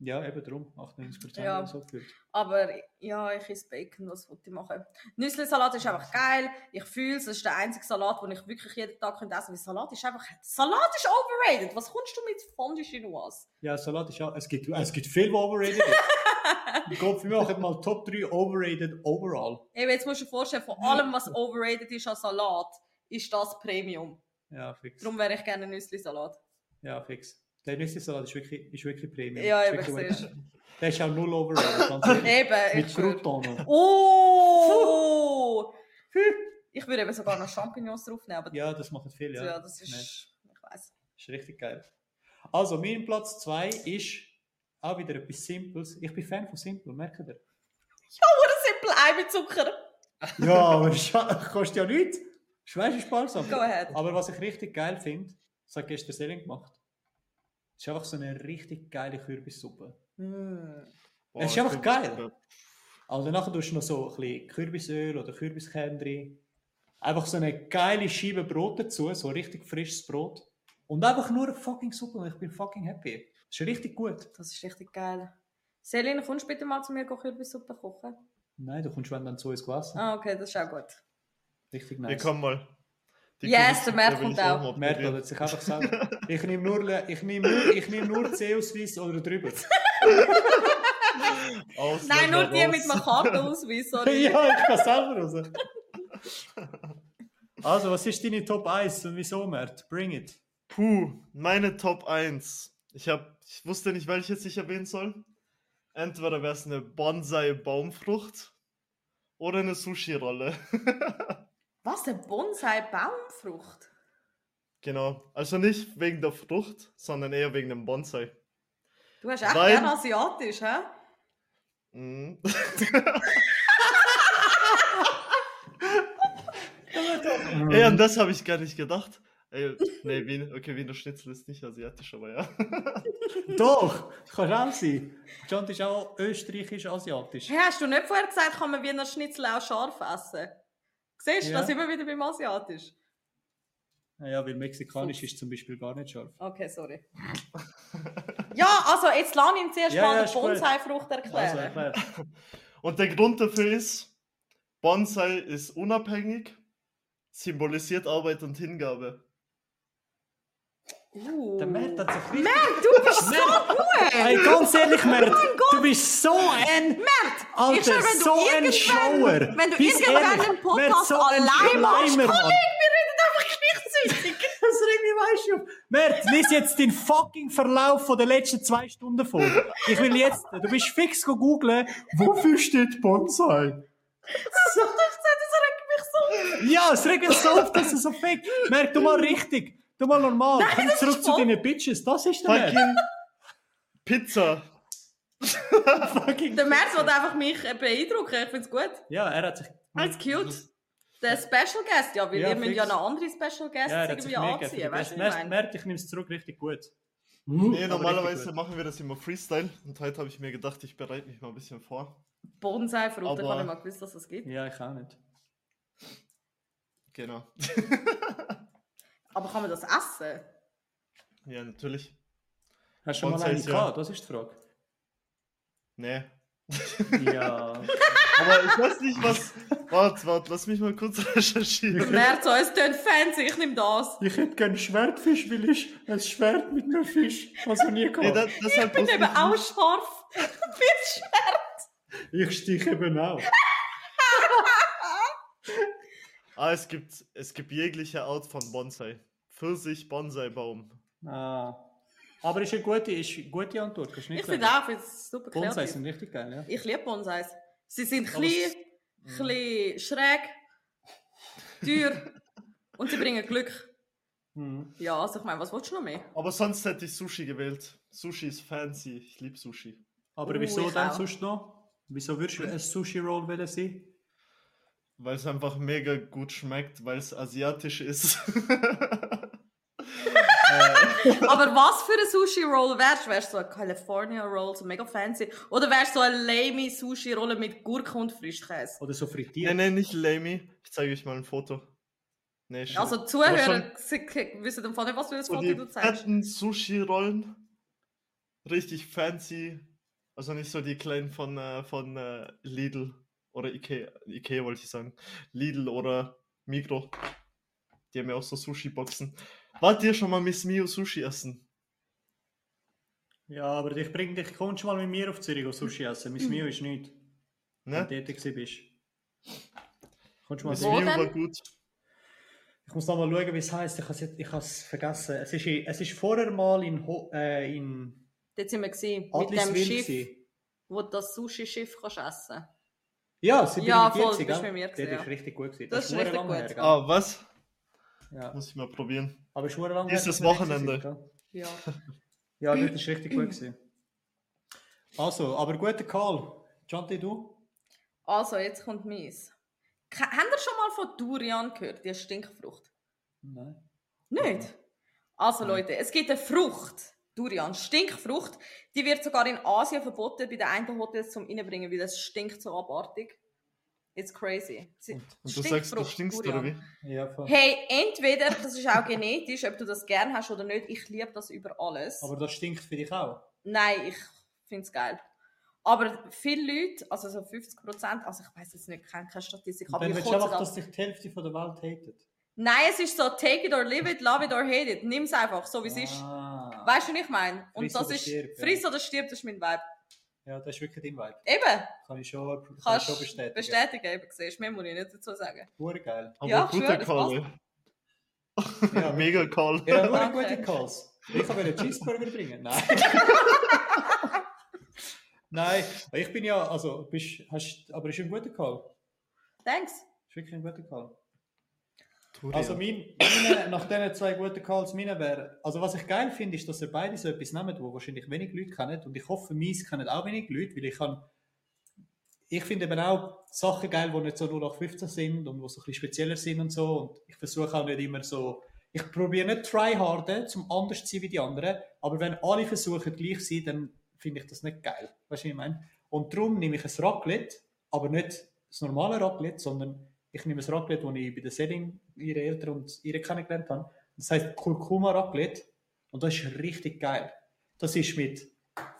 Speaker 1: Ja, eben drum. 98%
Speaker 2: Ja.
Speaker 1: ja. so gefühlt.
Speaker 2: Aber ja, ich esse Bacon, was wollte ich machen? Nüsslisalat ist einfach geil. Ich fühle es, das ist der einzige Salat, den ich wirklich jeden Tag könnte essen könnte. Salat ist einfach. Salat ist overrated. Was kommst du mit Fondue Chinoise?
Speaker 1: Ja, Salat ist auch. Es gibt, es gibt viel, was overrated ist. ich glaube, wir machen mal Top 3 overrated overall.
Speaker 2: Eben, jetzt musst du dir vorstellen, von allem, was overrated ist an Salat, ist das Premium.
Speaker 1: Ja, fix.
Speaker 2: Darum wäre ich gerne Nüsslisalat.
Speaker 1: Ja, fix. Der Nüsse-Salat ist wirklich, ist wirklich Premium.
Speaker 2: Ja,
Speaker 1: Ist
Speaker 2: eben,
Speaker 1: wirklich
Speaker 2: siehst
Speaker 1: overrated. Der ist auch null overrated. ganz ehrlich.
Speaker 2: Eben, ich
Speaker 1: Mit
Speaker 2: schwör.
Speaker 1: Crouton.
Speaker 2: Oh! Ich würde eben sogar noch Champignons draufnehmen, aber
Speaker 1: Ja, das machen viele.
Speaker 2: ja,
Speaker 1: Ja,
Speaker 2: das ist.
Speaker 1: Nein,
Speaker 2: Ich weiß.
Speaker 1: ist richtig geil. Also, mein Platz 2 ist auch wieder etwas Simples. Ich bin Fan von Simple, merkt ihr?
Speaker 2: Das simpel Ei mit Zucker.
Speaker 1: Ja, aber es kostet ja nichts. Schwer ist sparsam.
Speaker 2: Go ahead.
Speaker 1: Aber was ich richtig geil finde, das hat gestern Selin gemacht, ist einfach so eine richtig geile Kürbissuppe. Mm.
Speaker 3: Boah,
Speaker 1: Es ist einfach
Speaker 3: ich
Speaker 1: geil.
Speaker 3: bin-
Speaker 1: Also danach tust du noch so ein bisschen Kürbisöl oder Kürbiskern drin. Einfach so eine geile Scheibe Brot dazu, so richtig frisches Brot. Und einfach nur eine fucking Suppe und ich bin fucking happy. Das ist richtig gut.
Speaker 2: Das ist richtig geil. Selin, kommst du bitte mal zu mir Kürbissuppe kochen?
Speaker 1: Nein, du kommst wenn dann zu uns gegessen.
Speaker 2: Ah, okay, das ist auch gut.
Speaker 1: Richtig
Speaker 3: Wir
Speaker 1: nice.
Speaker 3: kommen mal.
Speaker 2: Yes, der
Speaker 3: Kürbissuppe will
Speaker 2: Mert kommt
Speaker 3: ich
Speaker 2: auch.
Speaker 3: mal
Speaker 1: Merkel
Speaker 3: probieren.
Speaker 1: hat sich einfach selber. Ich nehme nur, Le- ich nehme nur, ich nehme nur CO-Swiss oder drüber.
Speaker 3: Ausländer
Speaker 2: Nein, nur die
Speaker 3: raus.
Speaker 2: mit dem Kartenausweis, sorry.
Speaker 1: ja, ich kann selber raus. Also, was ist deine Top 1 und wieso, Mert? Bring it.
Speaker 3: Puh, meine Top 1. Ich, hab, ich wusste nicht, welches ich erwähnen soll. Entweder wäre es eine Bonsai-Baumfrucht oder eine Sushi-Rolle.
Speaker 2: Was, eine Bonsai-Baumfrucht?
Speaker 3: genau. Also nicht wegen der Frucht, sondern eher wegen dem Bonsai.
Speaker 2: Du hast echt
Speaker 3: Nein.
Speaker 2: gerne asiatisch, hä?
Speaker 3: Mhm.
Speaker 1: Mhm.
Speaker 3: Ey, an das habe ich gar nicht gedacht. Ey, nee, Wien, okay, Wiener Schnitzel ist nicht asiatisch, aber ja.
Speaker 1: Doch, kann auch sein. John ist auch österreichisch-asiatisch.
Speaker 2: Hey, hast du nicht vorher gesagt, kann man Wiener Schnitzel auch scharf essen? Siehst du,
Speaker 1: Ja.
Speaker 2: das immer wieder beim Asiatisch.
Speaker 1: Ja, weil mexikanisch ist zum Beispiel gar nicht scharf.
Speaker 2: Okay, sorry. ja, also jetzt lass ihn zuerst
Speaker 1: Ja,
Speaker 2: mal
Speaker 1: ja,
Speaker 2: die
Speaker 1: ist gut.
Speaker 2: Bonsai-Frucht erklären.
Speaker 1: Also, erklär.
Speaker 3: Und der Grund dafür ist, Bonsai ist unabhängig, symbolisiert Arbeit und Hingabe.
Speaker 2: uh.
Speaker 1: Der Mert hat sich richtig...
Speaker 2: Mert, du bist so
Speaker 1: Hey,
Speaker 2: gut! Oh
Speaker 1: ganz ehrlich, Mert, du bist so ein...
Speaker 2: Mert, ich
Speaker 1: Alter,
Speaker 2: schwöre, wenn
Speaker 1: so
Speaker 2: du
Speaker 1: ein
Speaker 2: irgendwann,
Speaker 1: Schlauer.
Speaker 2: wenn du
Speaker 1: Bist
Speaker 2: irgendwann
Speaker 1: ehrlich,
Speaker 2: einen
Speaker 1: Mert,
Speaker 2: Podcast
Speaker 1: so ein
Speaker 2: allein machst,
Speaker 1: Schleimer,
Speaker 2: komm
Speaker 1: Mann.
Speaker 2: mit, wir reden einfach gleichzeitig.
Speaker 1: Das regt mich weiss schon. Mert, lies jetzt den fucking Verlauf von den letzten zwei Stunden vor. Ich will jetzt, du bist fix go googlen, wofür steht Bonsai?
Speaker 2: das regt mich so
Speaker 1: Ja, es regt mich so auf, dass es so fake. Mert, du mal richtig, du mal normal. Komm
Speaker 2: das
Speaker 1: zurück
Speaker 2: ist
Speaker 1: zu
Speaker 2: voll-
Speaker 1: deinen Bitches, das ist der Mert.
Speaker 3: Fucking Pizza.
Speaker 1: Fucking-
Speaker 2: Der Mert will einfach mich äh, beeindrucken, ich find's gut.
Speaker 1: Ja, er hat sich...
Speaker 2: That's cute. Der Special Guest, ja, weil
Speaker 1: Mhm. Ja,
Speaker 2: ihr müsst
Speaker 1: fix.
Speaker 2: ja noch andere Special Guests
Speaker 1: Ja, er hat sich
Speaker 2: irgendwie
Speaker 1: mega
Speaker 2: anziehen, weißt du,
Speaker 1: vergessen.
Speaker 2: was ich
Speaker 1: Mert,
Speaker 2: meine?
Speaker 1: Mert, ich nehme es zurück richtig gut.
Speaker 3: Nee,
Speaker 1: Aber richtig
Speaker 3: normalerweise
Speaker 1: gut.
Speaker 3: machen wir das immer Freestyle. Und heute habe ich mir gedacht, ich bereite mich mal ein bisschen vor.
Speaker 2: Bonsai-Frucht, ich
Speaker 3: Aber-
Speaker 2: habe nicht mal gewusst, dass es das gibt.
Speaker 1: Ja, ich auch nicht.
Speaker 3: Genau.
Speaker 2: Aber kann man das essen?
Speaker 3: Ja, natürlich.
Speaker 1: Hast du schon mal
Speaker 3: Bonsais,
Speaker 1: eine
Speaker 3: ja.
Speaker 1: gehabt? Das ist die Frage.
Speaker 3: Nee.
Speaker 1: Ja.
Speaker 3: Aber ich weiß nicht, was. Warte, warte, lass mich mal kurz recherchieren.
Speaker 2: Wer zu uns tönt fancy, ich nehme das.
Speaker 1: ich hätte gerne Schwertfisch, weil ich ein Schwert mit einem Fisch also nie
Speaker 3: Nee,
Speaker 1: gehabt.
Speaker 3: das, das halt
Speaker 2: Ich bin
Speaker 3: bloß
Speaker 2: eben
Speaker 3: nicht-
Speaker 2: auch scharf. Bist
Speaker 1: Ich stich eben auch.
Speaker 3: Ah, es gibt, es gibt jegliche Art von Bonsai. Pfirsich, Bonsai-Baum.
Speaker 1: Ah. Aber ist eine gute, ist eine gute Antwort. Ist
Speaker 2: du-
Speaker 1: nicht
Speaker 2: Ich finde
Speaker 1: schlecht.
Speaker 2: auch, ich finde es super
Speaker 1: Bonsai
Speaker 2: kreativ.
Speaker 1: sind richtig geil, ja.
Speaker 2: Ich liebe Bonsais. Sie sind
Speaker 1: Aber es-
Speaker 2: klein, klein schräg, teuer und sie bringen Glück.
Speaker 1: Mhm.
Speaker 2: Ja, also ich meine, was willst du noch mehr?
Speaker 3: Aber sonst hätte ich Sushi gewählt. Sushi ist fancy. Ich liebe Sushi.
Speaker 1: Aber
Speaker 2: Uh,
Speaker 1: wieso
Speaker 2: ich
Speaker 1: dann
Speaker 2: auch.
Speaker 1: sonst noch? Wieso würdest du ein Sushi-Roll wollen sein?
Speaker 3: Weil es einfach mega gut schmeckt, weil es asiatisch ist.
Speaker 2: Aber was für ein Sushi-Roll wärst du? Wärst du so ein California-Roll, so mega fancy? Oder wärst du so eine lame Sushi-Rolle mit Gurke und Frischkäse?
Speaker 1: Oder so
Speaker 3: nee,
Speaker 1: frittiert?
Speaker 3: nee, nicht Lamey. Ich zeige euch mal ein Foto. Nee, shit.
Speaker 2: Also die
Speaker 3: Aber
Speaker 2: Zuhörer sie- sie wissen im Fall nicht, was für ein
Speaker 3: So
Speaker 2: Foto
Speaker 3: die
Speaker 2: du zeigst.
Speaker 3: fetten Sushi-Rollen. Richtig fancy. Also nicht so die kleinen von, äh, von äh, Lidl oder Ikea. Ikea wollte ich sagen. Lidl oder Migro. Die haben ja auch so Sushi-Boxen. Wart ihr schon mal Miss Mio Sushi essen?
Speaker 1: Ja, aber ich bring dich, kommst du mal mit mir auf Zürich und Sushi essen.
Speaker 2: Mhm.
Speaker 1: Mein Mio ist nicht, wenn
Speaker 3: Ne?
Speaker 1: du dort gewesen bist. Kommst du mal
Speaker 3: Miss
Speaker 1: mit
Speaker 2: Wo
Speaker 3: Mio
Speaker 2: denn?
Speaker 3: war gut.
Speaker 1: Ich muss noch mal schauen, wie es heisst. Ich habe es ich has vergessen. Es ist, in- es ist vorher mal in, Ho äh, in
Speaker 2: Dort sind wir gewesen, mit dem
Speaker 1: Adliswil.
Speaker 2: Schiff,
Speaker 1: gewesen.
Speaker 2: wo du das Sushi-Schiff kannst essen kannst.
Speaker 1: Ja, sie
Speaker 2: Ja,
Speaker 1: bin
Speaker 2: voll,
Speaker 1: mit dir gewesen,
Speaker 2: bist
Speaker 1: gell?
Speaker 2: mit mir
Speaker 1: Dort
Speaker 2: gewesen,
Speaker 1: ist
Speaker 2: ja.
Speaker 1: richtig gut. Gewesen.
Speaker 2: Das ist
Speaker 1: verdammt lang
Speaker 2: richtig gut.
Speaker 1: Her,
Speaker 3: Ah, was?
Speaker 1: gell? ja.
Speaker 3: Muss ich mal probieren.
Speaker 1: Aber schon lange
Speaker 3: Dieses
Speaker 1: her, dass wir nicht
Speaker 3: Wochenende.
Speaker 1: gewesen sind, gell?
Speaker 2: Ja.
Speaker 1: Ja, dort ist richtig gut. Gewesen. Also, aber guter Call. Chanti, du?
Speaker 2: Also, jetzt kommt meins. Ke- Habt ihr schon mal von Durian gehört, die Stinkfrucht?
Speaker 1: Nein.
Speaker 2: Nicht? Also
Speaker 1: Nein.
Speaker 2: Leute, es gibt eine Frucht, Durian, Stinkfrucht, die wird sogar in Asien verboten bei den einen Hotels zum Reinbringen, weil das stinkt so abartig. It's crazy. Sie-
Speaker 3: Und du sagst, du
Speaker 2: Stinkfrucht,
Speaker 3: stinkst
Speaker 2: Durian.
Speaker 3: oder wie?
Speaker 1: Ja, voll.
Speaker 2: Hey, entweder, das ist auch genetisch, ob du das gern hast oder nicht, ich liebe das über alles.
Speaker 1: Aber das stinkt für dich auch.
Speaker 2: Nein, ich finde es geil. Aber viele Leute, also so 50 Prozent, also ich weiß jetzt nicht, ich kenne keine Statistik,
Speaker 1: Und
Speaker 2: aber
Speaker 1: dann
Speaker 2: ich
Speaker 1: willst du
Speaker 2: kotze
Speaker 1: einfach,
Speaker 2: das
Speaker 1: dass dich die Hälfte von der Welt hatet.
Speaker 2: Nein, es ist so, take it or leave it, love it or hate it. Nimm's einfach, so wie es ist.
Speaker 1: Ah.
Speaker 2: Weißt du, was ich meine? Und
Speaker 1: Friss
Speaker 2: das
Speaker 1: oder
Speaker 2: ist,
Speaker 1: stirb, ja.
Speaker 2: friss oder stirb, das ist mein Vibe.
Speaker 1: Ja, das ist wirklich dein Vibe.
Speaker 2: Eben,
Speaker 1: Kann ich schon, kann ich
Speaker 2: kannst
Speaker 1: schon
Speaker 2: du
Speaker 1: bestätigen.
Speaker 2: bestätigen. eben, siehst du, mehr muss ich nicht dazu sagen.
Speaker 1: Hure geil.
Speaker 3: Aber
Speaker 2: Ja, ich
Speaker 3: guter
Speaker 2: schwör, das
Speaker 3: Call, ey.
Speaker 1: Ja,
Speaker 3: Mega Call.
Speaker 1: Ihr habt nur
Speaker 2: Danke.
Speaker 1: gute Calls. Ich kann mir einen Cheeseburger bringen. Nein. Nein, ich bin ja, also, bist, hast, aber ist ein guter Call.
Speaker 2: Thanks.
Speaker 1: Ist wirklich ein guter Call.
Speaker 3: Durian.
Speaker 1: Also, mein, meine, nach diesen zwei guten Calls, meine wäre, also, was ich geil finde, ist, dass ihr beide so etwas nehmt, wo wahrscheinlich wenig Leute kennen. Und ich hoffe, meins kennen auch wenig Leute, weil ich kann, ich finde eben auch Sachen geil, die nicht so 0815 sind und die so ein bisschen spezieller sind und so. Und ich versuche auch nicht immer so, ich probiere nicht tryharden, zum anders zu sein wie die anderen, aber wenn alle versuchen gleich zu sein, dann finde ich das nicht geil. Weißt du, was ich meine? Und darum nehme ich ein Raclette, aber nicht das normale Raclette, sondern ich nehme ein Raclette, das ich bei der Selin, ihre Eltern und ihre kennengelernt habe. Das heißt Kurkuma Raclette und das ist richtig geil. Das ist mit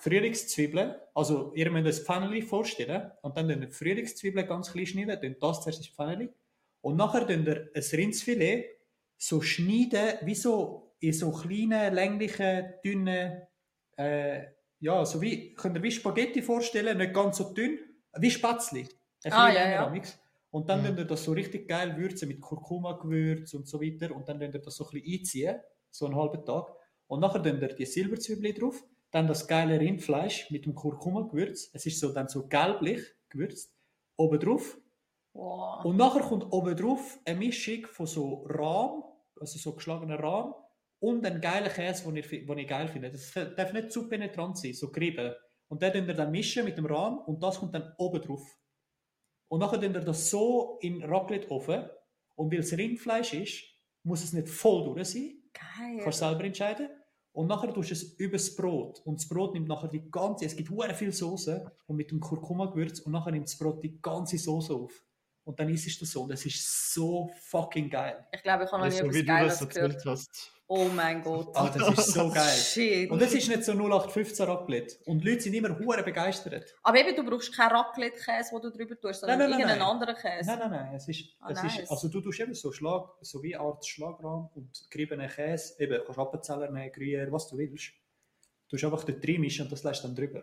Speaker 1: Frühlingszwiebeln, also ihr müsst ein Pfännchen vorstellen und dann die Frühlingszwiebeln ganz klein schneiden, dann das zuerst ins Pfännchen und nachher dann ihr ein Rindsfilet so schneiden, wie so in so kleinen, länglichen, dünnen, äh, ja, so wie, könnt ihr wie Spaghetti vorstellen, nicht ganz so dünn, wie Spätzli. Ein
Speaker 2: Ah,
Speaker 1: bisschen
Speaker 2: ja,
Speaker 1: länger
Speaker 2: ja.
Speaker 1: am Mix. Und dann
Speaker 3: Mhm.
Speaker 1: könnt ihr das so richtig geil würzen mit Kurkuma-Gewürz und so weiter und dann könnt ihr das so ein bisschen einziehen, so einen halben Tag. Und nachher könnt ihr die Silberzwiebeln drauf, dann das geile Rindfleisch mit dem Kurkuma-Gewürz, es ist so dann so gelblich gewürzt, oben drauf
Speaker 2: Wow.
Speaker 1: und nachher kommt obendrauf eine Mischung von so Rahm, also so geschlagener Rahm, und einen geilen Käse, den ich, fi- den ich geil finde. Das darf nicht zu penetrant sein, so gerieben. Und den könnt ihr dann mischen mit dem Rahm und das kommt dann obendrauf. Und nachher könnt ihr das so in Raclette offen. Und weil es Rindfleisch ist, muss es nicht voll durch sein.
Speaker 2: Geil.
Speaker 1: Kannst selber entscheiden. Und nachher tust du es übers Brot. Und das Brot nimmt nachher die ganze, es gibt hure viel Soße und mit dem Kurkuma-Gewürz und nachher nimmt das Brot die ganze Soße auf. Und dann isst du es so und es ist so fucking geil.
Speaker 2: Ich glaube, ich habe noch nie
Speaker 3: so wie
Speaker 2: etwas
Speaker 3: du das
Speaker 2: Geiles gehört.
Speaker 3: erzählt hast.
Speaker 2: Oh mein Gott.
Speaker 1: Ah, das ist so geil.
Speaker 2: Shit.
Speaker 1: Und es ist nicht so 0815 Raclette. Und die Leute sind immer hure begeistert.
Speaker 2: Aber eben, du brauchst keinen Raclette-Käse, den du drüber tust, sondern
Speaker 1: Nein, nein, nein,
Speaker 2: irgendeinen
Speaker 1: nein.
Speaker 2: anderen Käse.
Speaker 1: Nein, nein, nein. Es ist,
Speaker 2: Ah,
Speaker 1: es
Speaker 2: nice.
Speaker 1: ist, also du tust eben so Schlag, so wie Art Schlagrahm und geriebenen Käse, eben kannst Appenzeller nehmen, Gruyère, was du willst. Du tust einfach dort reinmischen und das lässt dann drüber.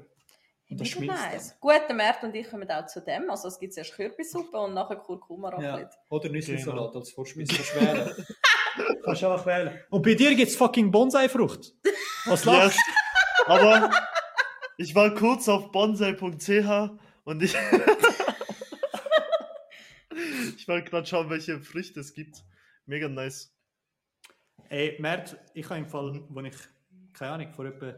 Speaker 1: Und das
Speaker 2: Mega
Speaker 1: schmilzt
Speaker 2: nice. Gut, der Mert und ich kommen auch zu dem. Also es gibt zuerst Kürbissuppe und nachher
Speaker 1: dann. Ja.
Speaker 2: Kurkuma-Raclette.
Speaker 1: Oder Nüsslisalat als Vorspeise kannst du wählen. kannst einfach wählen. Und bei dir gibt es fucking Bonsai-Frucht. Was lachst
Speaker 3: Yes. Aber ich war kurz auf bonsai.ch und ich. ich wollte gerade schauen, welche Früchte es gibt. Mega nice.
Speaker 1: Ey, Mert, ich habe im Fall, wo ich, keine Ahnung, vor etwa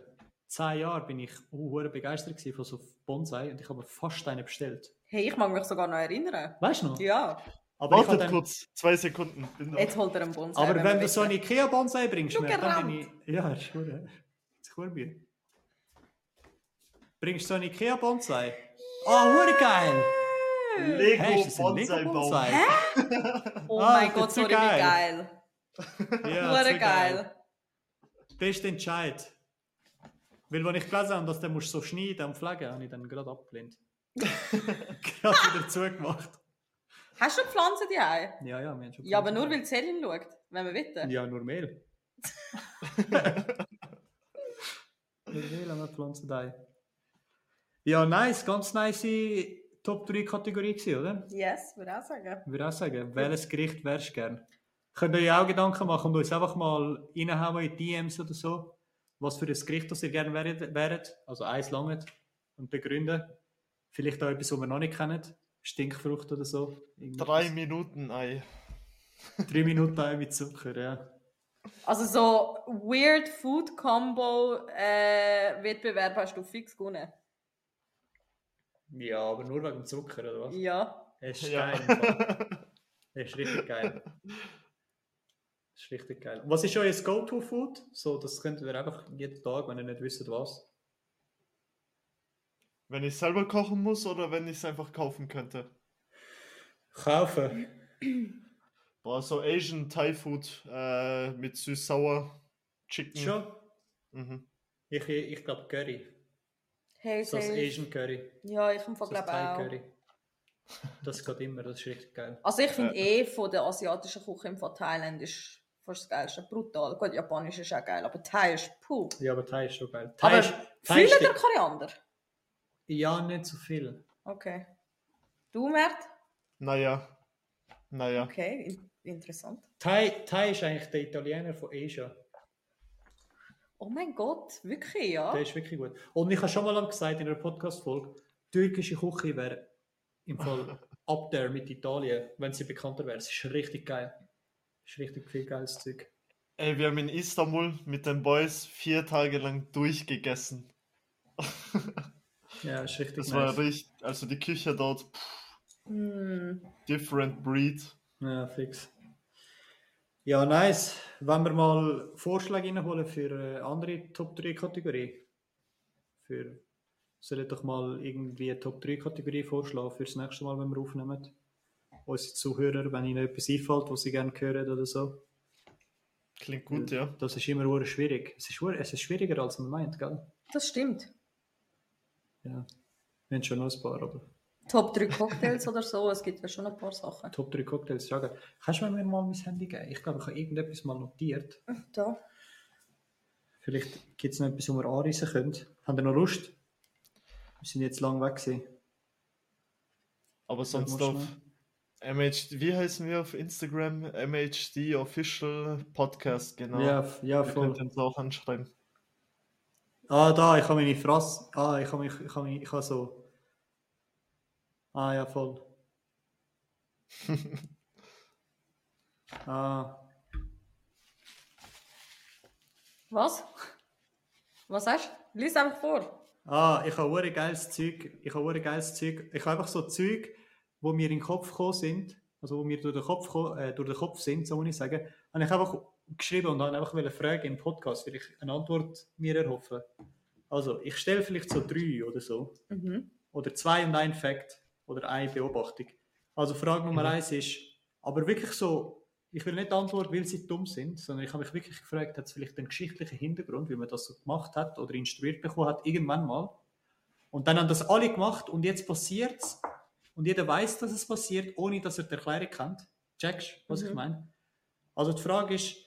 Speaker 1: 10 Jahren bin ich uh, begeistert gewesen von so Bonsai und ich habe fast einen bestellt.
Speaker 2: Hey, ich mag mich sogar noch erinnern.
Speaker 1: Weißt du noch?
Speaker 2: Ja,
Speaker 1: Aber ich habe
Speaker 3: Wartet
Speaker 1: dann-
Speaker 3: kurz, zwei Sekunden. Bin da.
Speaker 2: jetzt holt er einen Bonsai.
Speaker 1: Aber wenn
Speaker 2: wir
Speaker 1: du so einen
Speaker 2: wissen.
Speaker 1: Ikea-Bonsai bringst,
Speaker 2: Schau,
Speaker 1: Mert, dann bin
Speaker 2: er
Speaker 1: ich... Ja, ist gut. Ist gut mir. Bringst du so einen Ikea-Bonsai? Ah, hure geil!
Speaker 3: Lego
Speaker 1: Hä, ist das ein
Speaker 3: Bonsai Baum.
Speaker 1: Lego-Bonsai?
Speaker 2: Oh
Speaker 1: Ah,
Speaker 2: mein
Speaker 1: das
Speaker 2: Gott,
Speaker 1: ist
Speaker 2: sorry,
Speaker 1: so
Speaker 2: wie
Speaker 1: geil.
Speaker 2: geil.
Speaker 1: Ja,
Speaker 2: Hure
Speaker 1: zu
Speaker 2: geil.
Speaker 1: Das ist der Entscheid. Weil, wenn ich gelesen habe, dass du musst so schneiden und pflegen musst, habe ich dann gerade abgelehnt. gerade wieder zugemacht.
Speaker 2: Hast du schon Pflanzen die Hause?
Speaker 1: Ja, ja, wir haben schon
Speaker 2: Ja, aber nur
Speaker 1: Pflanzen.
Speaker 2: weil Celine schaut, wenn wir bitte.
Speaker 1: Ja, nur Mehl. nur Mehl haben wir Pflanzen da. Ja, nice, ganz nice Top 3 Kategorie gewesen, oder?
Speaker 2: Yes, würde auch sagen.
Speaker 1: Würde auch sagen, welches Gericht wärst du gern? Könnt ihr euch auch Gedanken machen und uns einfach mal reinhauen in die DMs oder so, was für ein Gericht das ihr gerne wäret, wäret. also eins langet und begründen. Vielleicht auch etwas, was wir noch nicht kennen, Stinkfrucht oder so. Irgendetwas.
Speaker 3: Drei Minuten Ei.
Speaker 1: Drei Minuten ein mit Zucker, ja.
Speaker 2: Also so Weird Food Combo äh, Wettbewerb hast du fix gewonnen.
Speaker 1: Ja, aber nur wegen Zucker, oder was?
Speaker 2: Ja.
Speaker 1: Es ist
Speaker 3: Ja.
Speaker 1: geil. im Fall. Es ist richtig geil. Es ist richtig geil. Und Was ist euer Go-To-Food? So, das könnt ihr einfach jeden Tag, wenn ihr nicht wisst, was.
Speaker 3: Wenn ich selber kochen muss oder wenn ich es einfach kaufen könnte.
Speaker 1: Kaufen.
Speaker 3: Boah, so Asian Thai Food äh, mit süß-sauer Chicken.
Speaker 1: Schon?
Speaker 3: Mhm.
Speaker 1: Ich, ich glaube Curry.
Speaker 2: Hey,
Speaker 1: So das
Speaker 2: hey.
Speaker 1: Asian Curry.
Speaker 2: Ja, ich im Fall
Speaker 1: So das
Speaker 2: glaube
Speaker 1: Thai
Speaker 2: auch.
Speaker 1: Curry. Das geht immer, das ist richtig geil.
Speaker 2: Also ich finde eh von der asiatischen Küche im Fall Thailand ist fast das Geilste. Brutal. Gut, Japanisch ist auch geil, aber Thai ist puh.
Speaker 1: Ja, aber Thai ist schon geil. Thai
Speaker 2: Aber
Speaker 1: ist, Thai
Speaker 2: fühlen
Speaker 1: ist
Speaker 2: der Koriander?
Speaker 1: Ja, nicht so viel.
Speaker 2: Okay. Du, Mert?
Speaker 3: Naja. Naja.
Speaker 2: Okay, in interessant.
Speaker 1: Thai, Thai ist eigentlich der Italiener von Asia.
Speaker 2: Oh mein Gott, wirklich, ja?
Speaker 1: Der ist wirklich gut. Und ich habe schon mal gesagt in einer Podcast-Folge, türkische Küche wäre im Fall up there mit Italien, wenn sie bekannter wäre. Es ist richtig geil. Es ist richtig viel geiles Zeug.
Speaker 3: Ey, wir haben in Istanbul mit den Boys vier Tage lang durchgegessen.
Speaker 1: Ja, es ist richtig
Speaker 3: Das
Speaker 1: nice.
Speaker 3: war richtig, also die Küche dort, pff,
Speaker 2: Hm.
Speaker 3: different breed.
Speaker 1: Ja, fix. Ja, nice. Wenn wir mal Vorschläge reinholen für äh, andere Top 3 Kategorie. Für sollen doch mal irgendwie eine Top 3 Kategorie vorschlagen fürs nächste Mal, wenn wir aufnehmen. Unsere Zuhörer, wenn ihnen etwas einfällt, was sie gerne hören oder so.
Speaker 3: Klingt gut, ja.
Speaker 1: Das ist immer hure schwierig. Es ist, hure- es ist schwieriger, als man meint, gell?
Speaker 2: Das stimmt.
Speaker 1: Ja. Wir haben schon noch ein paar, aber
Speaker 2: Top 3 Cocktails oder so, es gibt ja schon ein paar Sachen.
Speaker 1: Top 3 Cocktails. Ja, geil. Kannst du mir mal mein Handy geben? Ich glaube, ich habe irgendetwas mal notiert.
Speaker 2: Da.
Speaker 1: Vielleicht gibt es noch etwas, wo wir anreisen können. Habt ihr noch Lust? Wir sind jetzt lang weg. Gewesen.
Speaker 3: Aber sonst
Speaker 1: muss
Speaker 3: auf
Speaker 1: man.
Speaker 3: MHD, wie heißen wir auf Instagram? MHD Official Podcast, genau.
Speaker 1: Ja, f- ja,
Speaker 3: Ihr könnt
Speaker 1: voll.
Speaker 3: uns auch anschreiben.
Speaker 1: Ah, da, ich habe meine Frasse. Ah, ich habe mich, ich habe mich, ich habe so. Ah, ja, voll. ah,
Speaker 2: Was? Was hast du? Lies einfach vor.
Speaker 1: ah, ich habe hure geiles Zeug. Ich habe hure geiles Zeug. Ich habe einfach so Zeug, wo mir in den Kopf gekommen sind, also wo mir durch den Kopf, gekommen- äh, durch den Kopf sind, so muss ich sagen, habe ich einfach geschrieben und habe einfach eine Frage im Podcast, weil ich eine Antwort mir erhoffe. Also, ich stelle vielleicht so drei oder so.
Speaker 2: Mhm.
Speaker 1: Oder zwei und ein Fact. Oder eine Beobachtung. Also, Frage Nummer
Speaker 3: Mhm.
Speaker 1: eins ist, aber wirklich so, ich will nicht antworten, weil sie dumm sind, sondern ich habe mich wirklich gefragt, hat es vielleicht einen geschichtlichen Hintergrund, wie man das so gemacht hat oder instruiert bekommen hat, irgendwann mal. Und dann haben das alle gemacht und jetzt passiert es. Und jeder weiß, dass es passiert, ohne dass er die Erklärung kennt. Checkst du, was ich
Speaker 2: Mhm.
Speaker 1: meine? Also die Frage ist,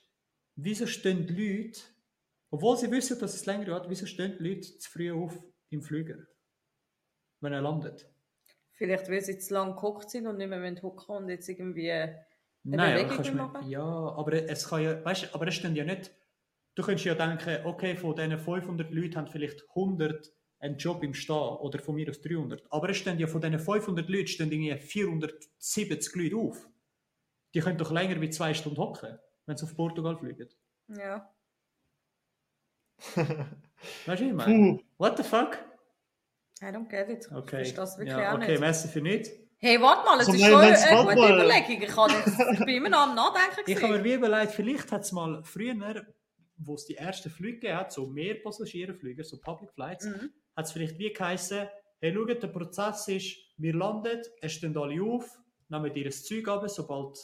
Speaker 1: wieso stehen die Leute, obwohl sie wissen, dass es länger geht, wieso stehen die Leute zu früh auf im Flüger, wenn er landet?
Speaker 2: Vielleicht, weil sie zu lang geguckt sind und nicht mehr wollen hocken und jetzt irgendwie.
Speaker 1: Nein, aber
Speaker 2: Bewegung
Speaker 1: kannst du mir,
Speaker 2: machen?
Speaker 1: ja, aber es kann ja, weißt, du, aber es stehen ja nicht. Du könntest ja denken, okay, von diesen 500 Leuten haben vielleicht 100 einen Job im Stehen oder von mir aus 300. Aber es stehen ja von diesen 500 Leuten stehen irgendwie 470 Leute auf. Die können doch länger wie zwei Stunden hocken, wenn sie auf Portugal fliegen.
Speaker 2: Ja.
Speaker 1: Weißt du, was ich meine?
Speaker 3: Puh.
Speaker 1: What the fuck?
Speaker 2: I don't get it.
Speaker 1: Okay.
Speaker 2: Ich verstehe das wirklich
Speaker 1: ja,
Speaker 2: auch
Speaker 1: okay, Also
Speaker 2: nicht.
Speaker 1: merci für nicht.
Speaker 2: Hey, warte mal, es
Speaker 3: So,
Speaker 2: ist
Speaker 3: nein,
Speaker 2: schon
Speaker 3: wenn's-
Speaker 2: eine
Speaker 3: warte
Speaker 2: gute
Speaker 3: mal.
Speaker 2: Überlegung. Ich, kann jetzt, ich bin immer noch am Nachdenken.
Speaker 1: Ich habe mir
Speaker 2: gewesen.
Speaker 1: wie überlegt, vielleicht hat es mal früher, wo es die ersten Flüge gegeben hat, so mehr Passagierflüge, so Public Flights,
Speaker 2: Mhm.
Speaker 1: hat es vielleicht wie geheißen, hey, schaut, der Prozess ist, wir landen, es stehen alle auf, nehmen ihr das Zeug ab, sobald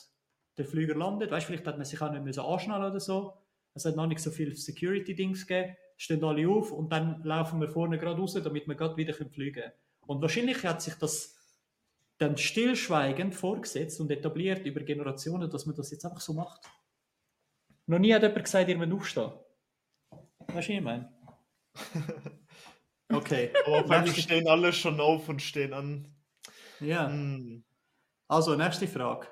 Speaker 1: der Flüger landet. Weißt, vielleicht hat man sich auch nicht müssen anschnallen oder so. Es hat noch nicht so viel Security-Dings gegeben. Stehen alle auf und dann laufen wir vorne gerade raus, damit wir gerade wieder können fliegen können. Und wahrscheinlich hat sich das dann stillschweigend vorgesetzt und etabliert über Generationen, dass man das jetzt einfach so macht. Noch nie hat jemand gesagt, ihr müsst aufstehen. Weißt du, was ich meine? Okay.
Speaker 3: Aber auf einmal
Speaker 1: Nächste-
Speaker 3: stehen alle schon auf und stehen an.
Speaker 1: Ja.
Speaker 3: Hm.
Speaker 1: Also, nächste Frage.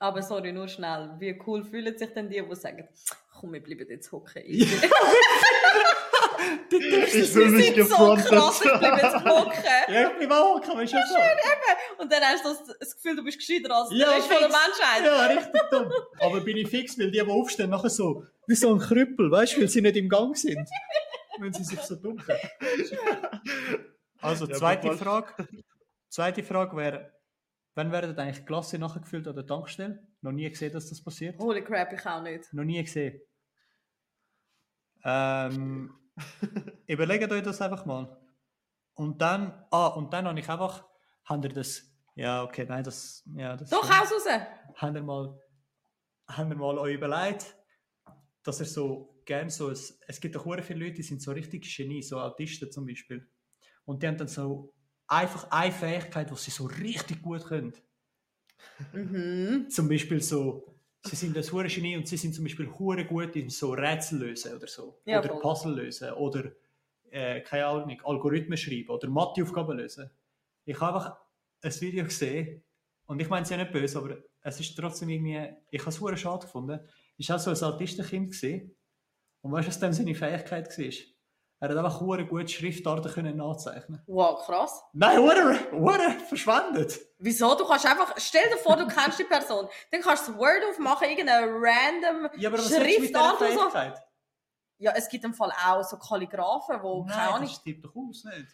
Speaker 2: Aber sorry, nur schnell. Wie cool fühlen sich denn die, die sagen, komm, wir bleiben jetzt hocken?
Speaker 1: Ja.
Speaker 3: Ich
Speaker 2: Wir
Speaker 3: fühle mich
Speaker 2: sind so
Speaker 3: gefrontet.
Speaker 2: krass, ich bleibe jetzt hocken.
Speaker 1: Ja, ich bin auch gekommen, ist ja so.
Speaker 2: Und dann hast du das, das Gefühl, du bist gescheiter als
Speaker 1: Ja,
Speaker 2: der Rest von der
Speaker 1: fix.
Speaker 2: Menschheit.
Speaker 1: Ja, richtig dumm. Aber bin ich fix, weil die, die aufstehen, nachher so, wie so ein Krüppel, weißt du, weil sie nicht im Gang sind. Wenn sie sich so dumm haben. Also,
Speaker 3: Ja,
Speaker 1: zweite
Speaker 3: aber-
Speaker 1: Frage. Zweite Frage wäre, wann werden eigentlich die Klasse nachgefüllt an der Tankstelle? Noch nie gesehen, dass das passiert.
Speaker 2: Holy crap, ich auch nicht.
Speaker 1: Noch nie gesehen. Ähm, überlegt euch das einfach mal. Und dann, ah, und dann habe ich einfach, habt ihr das, ja, okay, nein, das, ja, das.
Speaker 2: Doch, Haus raus!
Speaker 1: Habt ihr mal, habt ihr mal euch überlegt, dass ihr so gern so, ein, es gibt doch hure viele Leute, die sind so richtig Genie, so Autisten zum Beispiel. Und die haben dann so einfach eine Fähigkeit, die sie so richtig gut können
Speaker 2: Mhm.
Speaker 1: zum Beispiel so, sie sind ein hure Genie und sie sind zum Beispiel hure gut im so Rätsel lösen oder so.
Speaker 2: Ja,
Speaker 1: oder
Speaker 2: voll.
Speaker 1: Puzzle lösen oder, äh, keine Ahnung, Algorithmen schreiben oder Matheaufgaben lösen. Ich habe einfach ein Video gesehen und ich meine es ja nicht böse, aber es ist trotzdem irgendwie, ich habe es hure schade gefunden. Ich war auch so ein Autistenkind gewesen. und weißt du, was dann seine Fähigkeit war? Er hat einfach hure gut Schriftarten können nachzeichnen.
Speaker 2: Wow, krass.
Speaker 1: Nein, hure, hure verschwendet.
Speaker 2: Wieso? Du kannst einfach, stell dir vor, du kennst die Person. Dann kannst du Word aufmachen, irgendeine random
Speaker 1: Ja, aber was hast du mit dieser
Speaker 2: Schriftart oder so.
Speaker 1: Fähigkeit?
Speaker 2: Ja, es gibt im Fall auch so Kalligraphen, wo, Oh, keine
Speaker 1: Nein,
Speaker 2: Ahnung,
Speaker 1: das stimmt doch aus, nicht?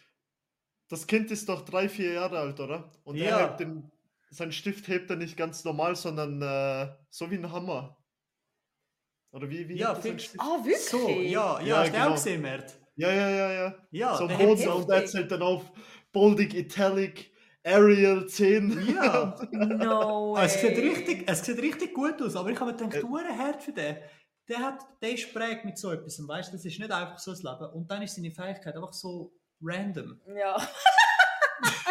Speaker 3: Das Kind ist doch drei, vier Jahre alt, oder? Und
Speaker 1: Ja.
Speaker 3: er hebt den, seinen Stift hebt er nicht ganz normal, sondern äh, so wie ein Hammer. Oder wie, wie
Speaker 1: Ja,
Speaker 3: hebt er seinen
Speaker 1: fix.
Speaker 3: Stift?
Speaker 2: Ah, wirklich?
Speaker 1: So, ja, ja,
Speaker 3: Ja,
Speaker 1: hast du
Speaker 3: genau.
Speaker 1: auch gesehen, Mert?
Speaker 3: Ja, ja, ja, ja.
Speaker 1: Ja,
Speaker 3: so
Speaker 1: der
Speaker 3: Boden
Speaker 1: hat-
Speaker 3: und er zählt dann auf Boldig, Italic, Arial 10.
Speaker 1: ja.
Speaker 2: No way.
Speaker 1: Ah, es, sieht richtig, es sieht richtig gut aus, aber ich habe mir
Speaker 3: Äh.
Speaker 1: gedacht, du Herd für den. Der hat den geprägt mit so etwas, weißt du, das ist nicht einfach so das Leben. Und dann ist seine Fähigkeit einfach so random.
Speaker 2: Ja.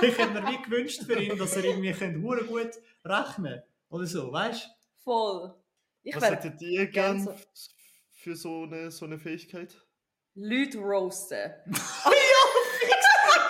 Speaker 1: Ich hätte mir wie gewünscht für ihn, dass er irgendwie könnte hure gut rechnen oder so, weißt du?
Speaker 2: Voll. Ich
Speaker 3: Was
Speaker 2: werde
Speaker 3: hättet ihr
Speaker 2: gern
Speaker 3: gern
Speaker 2: so-
Speaker 3: f- für so eine, so eine Fähigkeit?
Speaker 2: Leute roasten.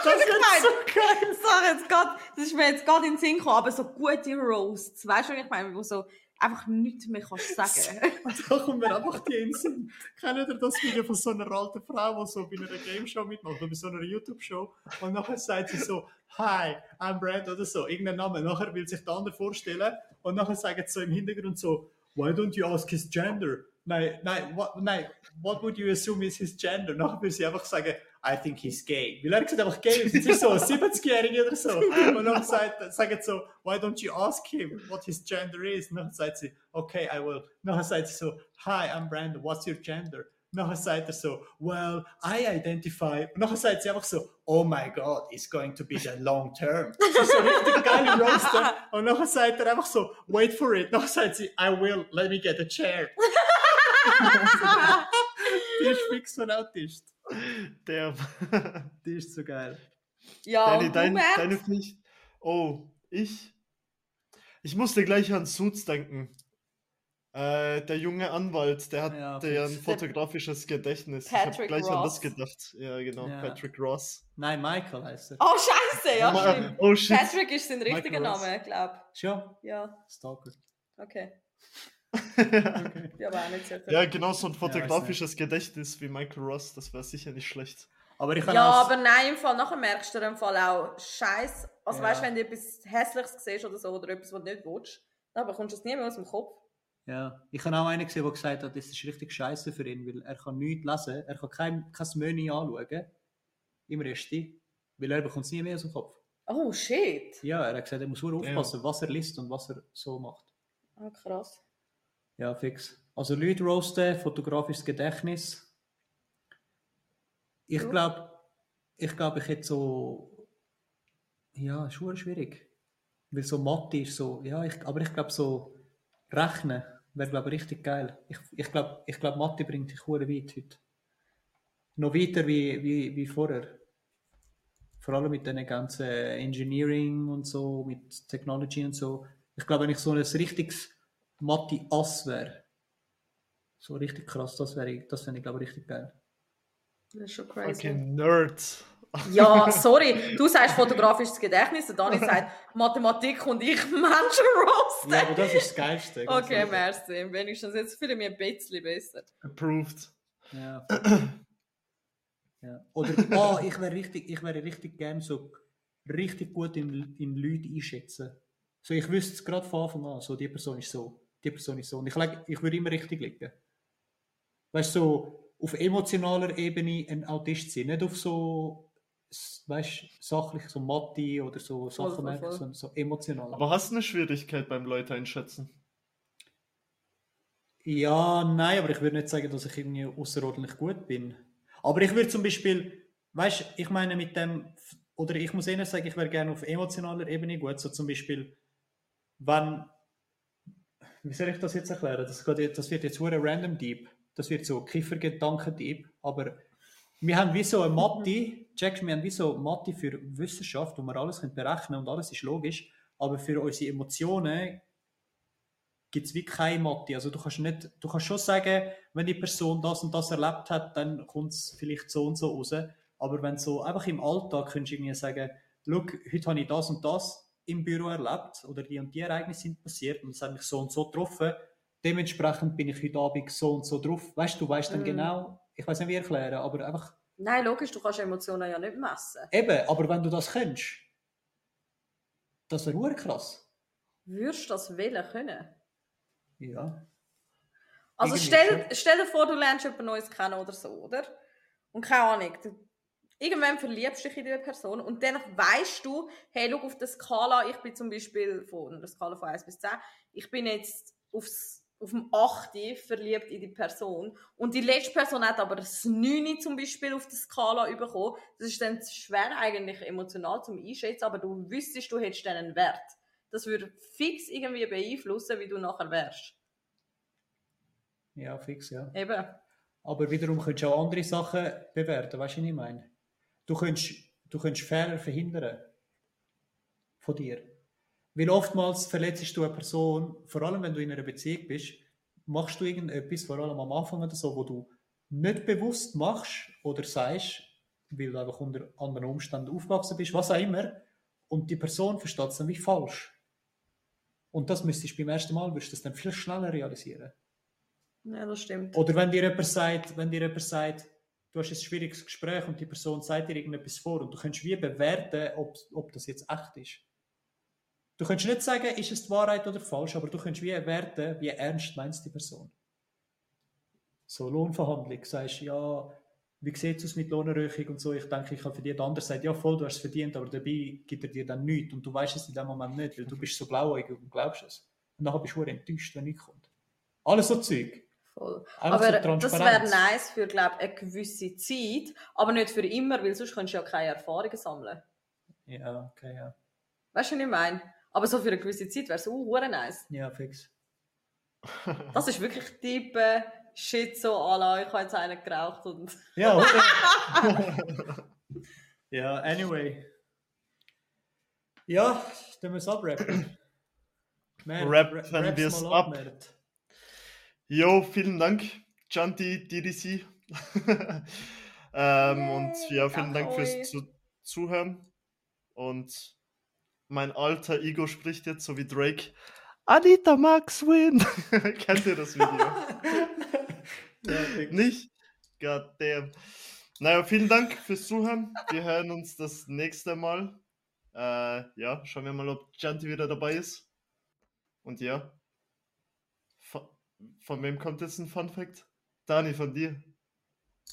Speaker 1: Das
Speaker 2: Was ich
Speaker 1: wird
Speaker 2: meine?
Speaker 1: so geil.
Speaker 2: Sorry, jetzt grad, das ist mir jetzt gerade in den Sinn gekommen, aber so gute Roasts, weißt du, was ich meine, wo so einfach nichts mehr kannst sagen.
Speaker 1: Da kommt mir einfach die Insel. Kennt ihr das Video von so einer alten Frau, die so bei einer Game Show mitmacht oder bei so einer YouTube-Show? Und nachher sagt sie so, Hi, I'm Brad oder so, irgendein Name. Nachher will sich der andere vorstellen und nachher sagen sie so im Hintergrund so, Why don't you ask his gender? Nein, nein, what, nein, what would you assume is his gender? Nachher will sie einfach sagen, I think he's gay. Weil er sieht einfach gay aus. Es ist so ein 70-Jähriger oder so. Und dann sagt, sagt so, why don't you ask him what his gender is? Und dann sagt sie, okay, I will. Und dann sagt sie so, hi, I'm Brandon, what's your gender? Und dann sagt er so, well, I identify. Und dann sagt sie einfach so, oh my god, it's going to be the long term. Das ist so richtig geile Roaster. Und dann sagt er einfach so, wait for it. Und dann sagt sie, I will, let me get a chair. Die ist fix von Autist.
Speaker 3: Der.
Speaker 1: Die ist so geil.
Speaker 2: Ja,
Speaker 3: Deine,
Speaker 2: und
Speaker 3: dein,
Speaker 2: du, Matt?
Speaker 3: deine Pflicht. Oh, ich. Ich musste gleich an Suits denken. Äh, der junge Anwalt, der
Speaker 1: Ja,
Speaker 3: hatte ja ein
Speaker 1: fix.
Speaker 3: fotografisches Gedächtnis. Ich habe
Speaker 2: Patrick
Speaker 3: gleich an das
Speaker 2: Ross.
Speaker 3: gedacht. Ja, genau.
Speaker 1: Ja.
Speaker 3: Patrick Ross.
Speaker 1: Nein, Michael heißt er.
Speaker 2: Oh, scheiße, ja,
Speaker 3: Ma-
Speaker 2: stimmt.
Speaker 3: oh shit.
Speaker 2: Patrick ist sein richtiger
Speaker 3: Michael Ross.
Speaker 2: Name, ich glaube.
Speaker 1: Schon?
Speaker 2: Ja,
Speaker 1: Stalker.
Speaker 2: okay. Ja, aber auch nicht sehr viel.
Speaker 3: ja, genau so ein
Speaker 1: weiß nicht.
Speaker 3: fotografisches Gedächtnis wie Michael Ross. Das wäre sicher nicht schlecht.
Speaker 1: Aber ich kann
Speaker 2: Ja,
Speaker 1: auch-
Speaker 2: aber nein, im Fall, nachher merkst du im Fall auch Scheiß. Also
Speaker 1: Ja.
Speaker 2: weißt du, wenn du etwas Hässliches siehst oder so oder etwas, was du nicht willst, dann bekommst du es nie mehr aus dem Kopf.
Speaker 1: Ja, ich habe auch einen gesehen, der gesagt hat, das ist richtig scheiße für ihn, weil er kann nichts lesen, er kann kein, kein Menü anschauen im Resti, weil er bekommt es nie mehr aus dem Kopf.
Speaker 2: Oh, shit.
Speaker 1: Ja, er hat gesagt, er muss nur
Speaker 3: Ja.
Speaker 1: aufpassen, was er liest und was er so macht.
Speaker 2: Ah, krass.
Speaker 1: Ja, fix. Also Leute roasten, fotografisches Gedächtnis. Ich
Speaker 2: Ja.
Speaker 1: glaube, ich glaube, ich hätte so... Ja, ist verdammt schwierig. Weil so Mathe ist so... Ja, ich, aber ich glaube so... Rechnen wäre, glaube ich, richtig geil. Ich, ich glaube, ich glaub, Mathe bringt dich verdammt weit heute. Noch weiter wie, wie, wie vorher. Vor allem mit den ganzen Engineering und so, mit Technology und so. Ich glaube, wenn ich so ein richtiges Matti Ass wäre. So richtig krass, das wäre ich, das fände ich glaube ich richtig geil.
Speaker 2: Das ist schon crazy.
Speaker 3: Okay, Nerd.
Speaker 2: Ja, sorry. Du sagst fotografisches Gedächtnis und Dani sagt Mathematik und ich Menschen roasten.
Speaker 1: Ja, aber das ist das Geilste. ganz
Speaker 2: okay,
Speaker 1: ehrlich.
Speaker 2: merci. Wenigstens jetzt fühle ich mich ein bisschen besser.
Speaker 3: Approved.
Speaker 1: Ja. ja. Oder, oh, ich wäre richtig, ich wäre richtig gern so richtig gut in, in Leute einschätzen. So, ich wüsste es gerade von Anfang an, so, die Person ist so, die Person ist so. Und ich, leg- ich würde immer richtig liegen. Weißt du, so, auf emotionaler Ebene ein Autist sein, nicht auf so, s- weißt du, sachlich, so Mathe oder so
Speaker 2: Voll,
Speaker 1: Sachen
Speaker 2: voll,
Speaker 1: merken,
Speaker 2: voll.
Speaker 1: sondern so emotional.
Speaker 3: Aber hast du eine Schwierigkeit beim Leute einschätzen?
Speaker 1: Ja, nein, aber ich würde nicht sagen, dass ich irgendwie außerordentlich gut bin. Aber ich würde zum Beispiel, weißt du, ich meine mit dem, oder ich muss eher sagen, ich wäre gerne auf emotionaler Ebene gut. So zum Beispiel, wenn, wie soll ich das jetzt erklären? Das, geht, jetzt- das wird jetzt hure random deep. Das wird so Kiefergedanken deep. Aber wir haben wie so eine Mathe, checkst, du, wir haben wie so Mathe für Wissenschaft, wo wir alles können berechnen und alles ist logisch. Aber für unsere Emotionen gibt es wie keine Mathe. Also du kannst nicht, du kannst schon sagen, wenn die Person das und das erlebt hat, dann kommt es vielleicht so und so raus. Aber wenn so einfach im Alltag kannst du irgendwie sagen, look, heute habe ich das und das im Büro erlebt oder die und die Ereignisse sind passiert und es hat mich so und so getroffen, dementsprechend bin ich heute Abend so und so drauf. Weißt du, du weißt dann
Speaker 2: Mm.
Speaker 1: genau, ich weiß nicht wie erklären, aber einfach
Speaker 2: Nein, logisch, du kannst Emotionen ja nicht messen.
Speaker 1: eben, aber wenn du das kennst, das wäre verdammt krass.
Speaker 2: Würdest du das wählen können?
Speaker 1: Ja.
Speaker 2: Also
Speaker 1: Irgendwie
Speaker 2: stell, stell dir vor, du lernst jemand Neues kennen oder so, oder? Und keine Ahnung, du, irgendwann verliebst du dich in diese Person und danach weißt du, hey, schau auf der Skala, ich bin zum Beispiel von einer Skala von 1 bis 10, ich bin jetzt aufs, auf dem 8. verliebt in die Person und die letzte Person hat aber das 9. zum Beispiel auf der Skala bekommen. Das ist dann schwer eigentlich emotional zum Einschätzen, aber du wüsstest, du hättest dann einen Wert. Das würde fix irgendwie beeinflussen, wie du nachher wärst.
Speaker 1: Ja, fix, ja.
Speaker 2: Eben.
Speaker 1: Aber wiederum könntest du auch andere Sachen bewerten, weißt du, was ich meine? Du könntest, du könntest Fehler verhindern. Von dir. Weil oftmals verletzt du eine Person, vor allem wenn du in einer Beziehung bist, machst du irgendetwas, vor allem am Anfang oder so, wo du nicht bewusst machst oder sagst, weil du einfach unter anderen Umständen aufgewachsen bist, was auch immer, und die Person versteht es dann wie falsch. Und das müsstest du beim ersten Mal, wirst du das dann viel schneller realisieren.
Speaker 2: Ja, das stimmt.
Speaker 1: Oder wenn dir jemand sagt, wenn dir jemand sagt, du hast ein schwieriges Gespräch und die Person sagt dir irgendetwas vor und du kannst wie bewerten, ob, ob das jetzt echt ist. Du kannst nicht sagen, ist es die Wahrheit oder falsch, aber du kannst wie bewerten, wie ernst meinst die Person. So Lohnverhandlung, sagst ja, wie sieht es aus mit Lohnerhöhung und so, ich denke, ich habe verdient. Der andere sagt, ja voll, du hast es verdient, aber dabei gibt er dir dann nichts und du weißt es in dem Moment nicht, weil du bist so blauäugig und glaubst es. Und nachher bist du verdammt enttäuscht, wenn nichts kommt. Alles so Zeug.
Speaker 2: Voll.
Speaker 1: Einfach so
Speaker 2: aber das wäre
Speaker 1: Transparenz.
Speaker 2: nice für glaub, eine gewisse Zeit, aber nicht für immer, weil sonst könntest du ja keine Erfahrungen sammeln.
Speaker 1: Ja, okay, ja.
Speaker 2: Weißt du, was ich meine? Aber so für eine gewisse Zeit wäre es uh, hure nice.
Speaker 1: Ja, fix. Mhm.
Speaker 2: Das ist wirklich Typ äh, Shit so à la, ich habe jetzt einen geraucht und.
Speaker 1: Ja, oder? ja, anyway. Ja, dann müssen wir es abrappen. Man,
Speaker 3: Rappen
Speaker 1: ra- rapp's
Speaker 3: wir's
Speaker 1: mal
Speaker 3: ab.
Speaker 1: Mert.
Speaker 3: Jo, vielen Dank, Chanti DDC. ähm, und
Speaker 2: Yay,
Speaker 3: ja, vielen Dank
Speaker 2: ahoi.
Speaker 3: fürs Zu Zuhören. Und mein alter Ego spricht jetzt so wie Drake. Anita Maxwin! Kennt ihr das Video?
Speaker 1: Ja, fix.
Speaker 3: Nicht? God damn. Naja, vielen Dank fürs Zuhören. Wir hören uns das nächste Mal. Äh, ja, schauen wir mal, ob Chanti wieder dabei ist. Und ja. Von, von wem kommt jetzt ein Fun Fact? Dani, von dir.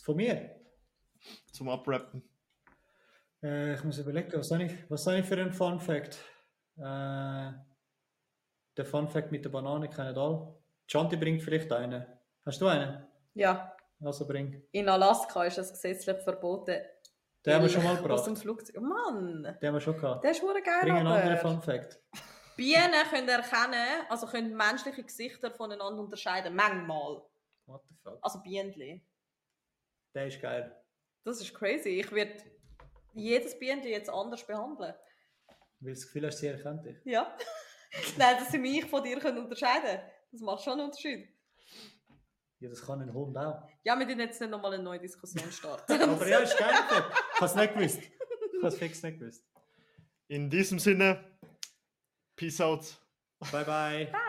Speaker 1: Von mir?
Speaker 3: Zum Abrappen.
Speaker 1: Äh, ich muss überlegen, was habe ich, was habe ich für einen Fun Fact? Äh, der Fun Fact mit der Banane kennen alle. Chanti bringt vielleicht einen. Hast du einen?
Speaker 2: Ja,
Speaker 1: Also bring.
Speaker 2: in Alaska ist es gesetzlich verboten.
Speaker 1: Den haben wir schon mal
Speaker 2: Aus dem
Speaker 1: gebracht.
Speaker 2: Flugzeug. Mann,
Speaker 1: Den haben wir schon gehabt.
Speaker 2: der ist hure geil.
Speaker 1: Bring einen
Speaker 2: aber.
Speaker 1: anderen Fun Fact.
Speaker 2: Bienen können erkennen, also können menschliche Gesichter voneinander unterscheiden. Manchmal.
Speaker 1: What the fuck?
Speaker 2: Also Bienen.
Speaker 1: Der ist geil.
Speaker 2: Das ist crazy. Ich werde jedes Bienen jetzt anders behandeln.
Speaker 1: Weil das Gefühl hast, sie erkennt dich.
Speaker 2: Ja. Nein, dass sie mich von dir können unterscheiden können. Das macht schon einen Unterschied.
Speaker 1: Ja, das kann ein Hund auch.
Speaker 2: Ja, wir dürfen jetzt nicht nochmal eine neue Diskussion starten.
Speaker 1: Aber ja, ist geil. Fact. Ich habe es nicht gewusst. Ich habe es fix nicht gewusst.
Speaker 3: In diesem Sinne, Peace out.
Speaker 1: Bye, bye.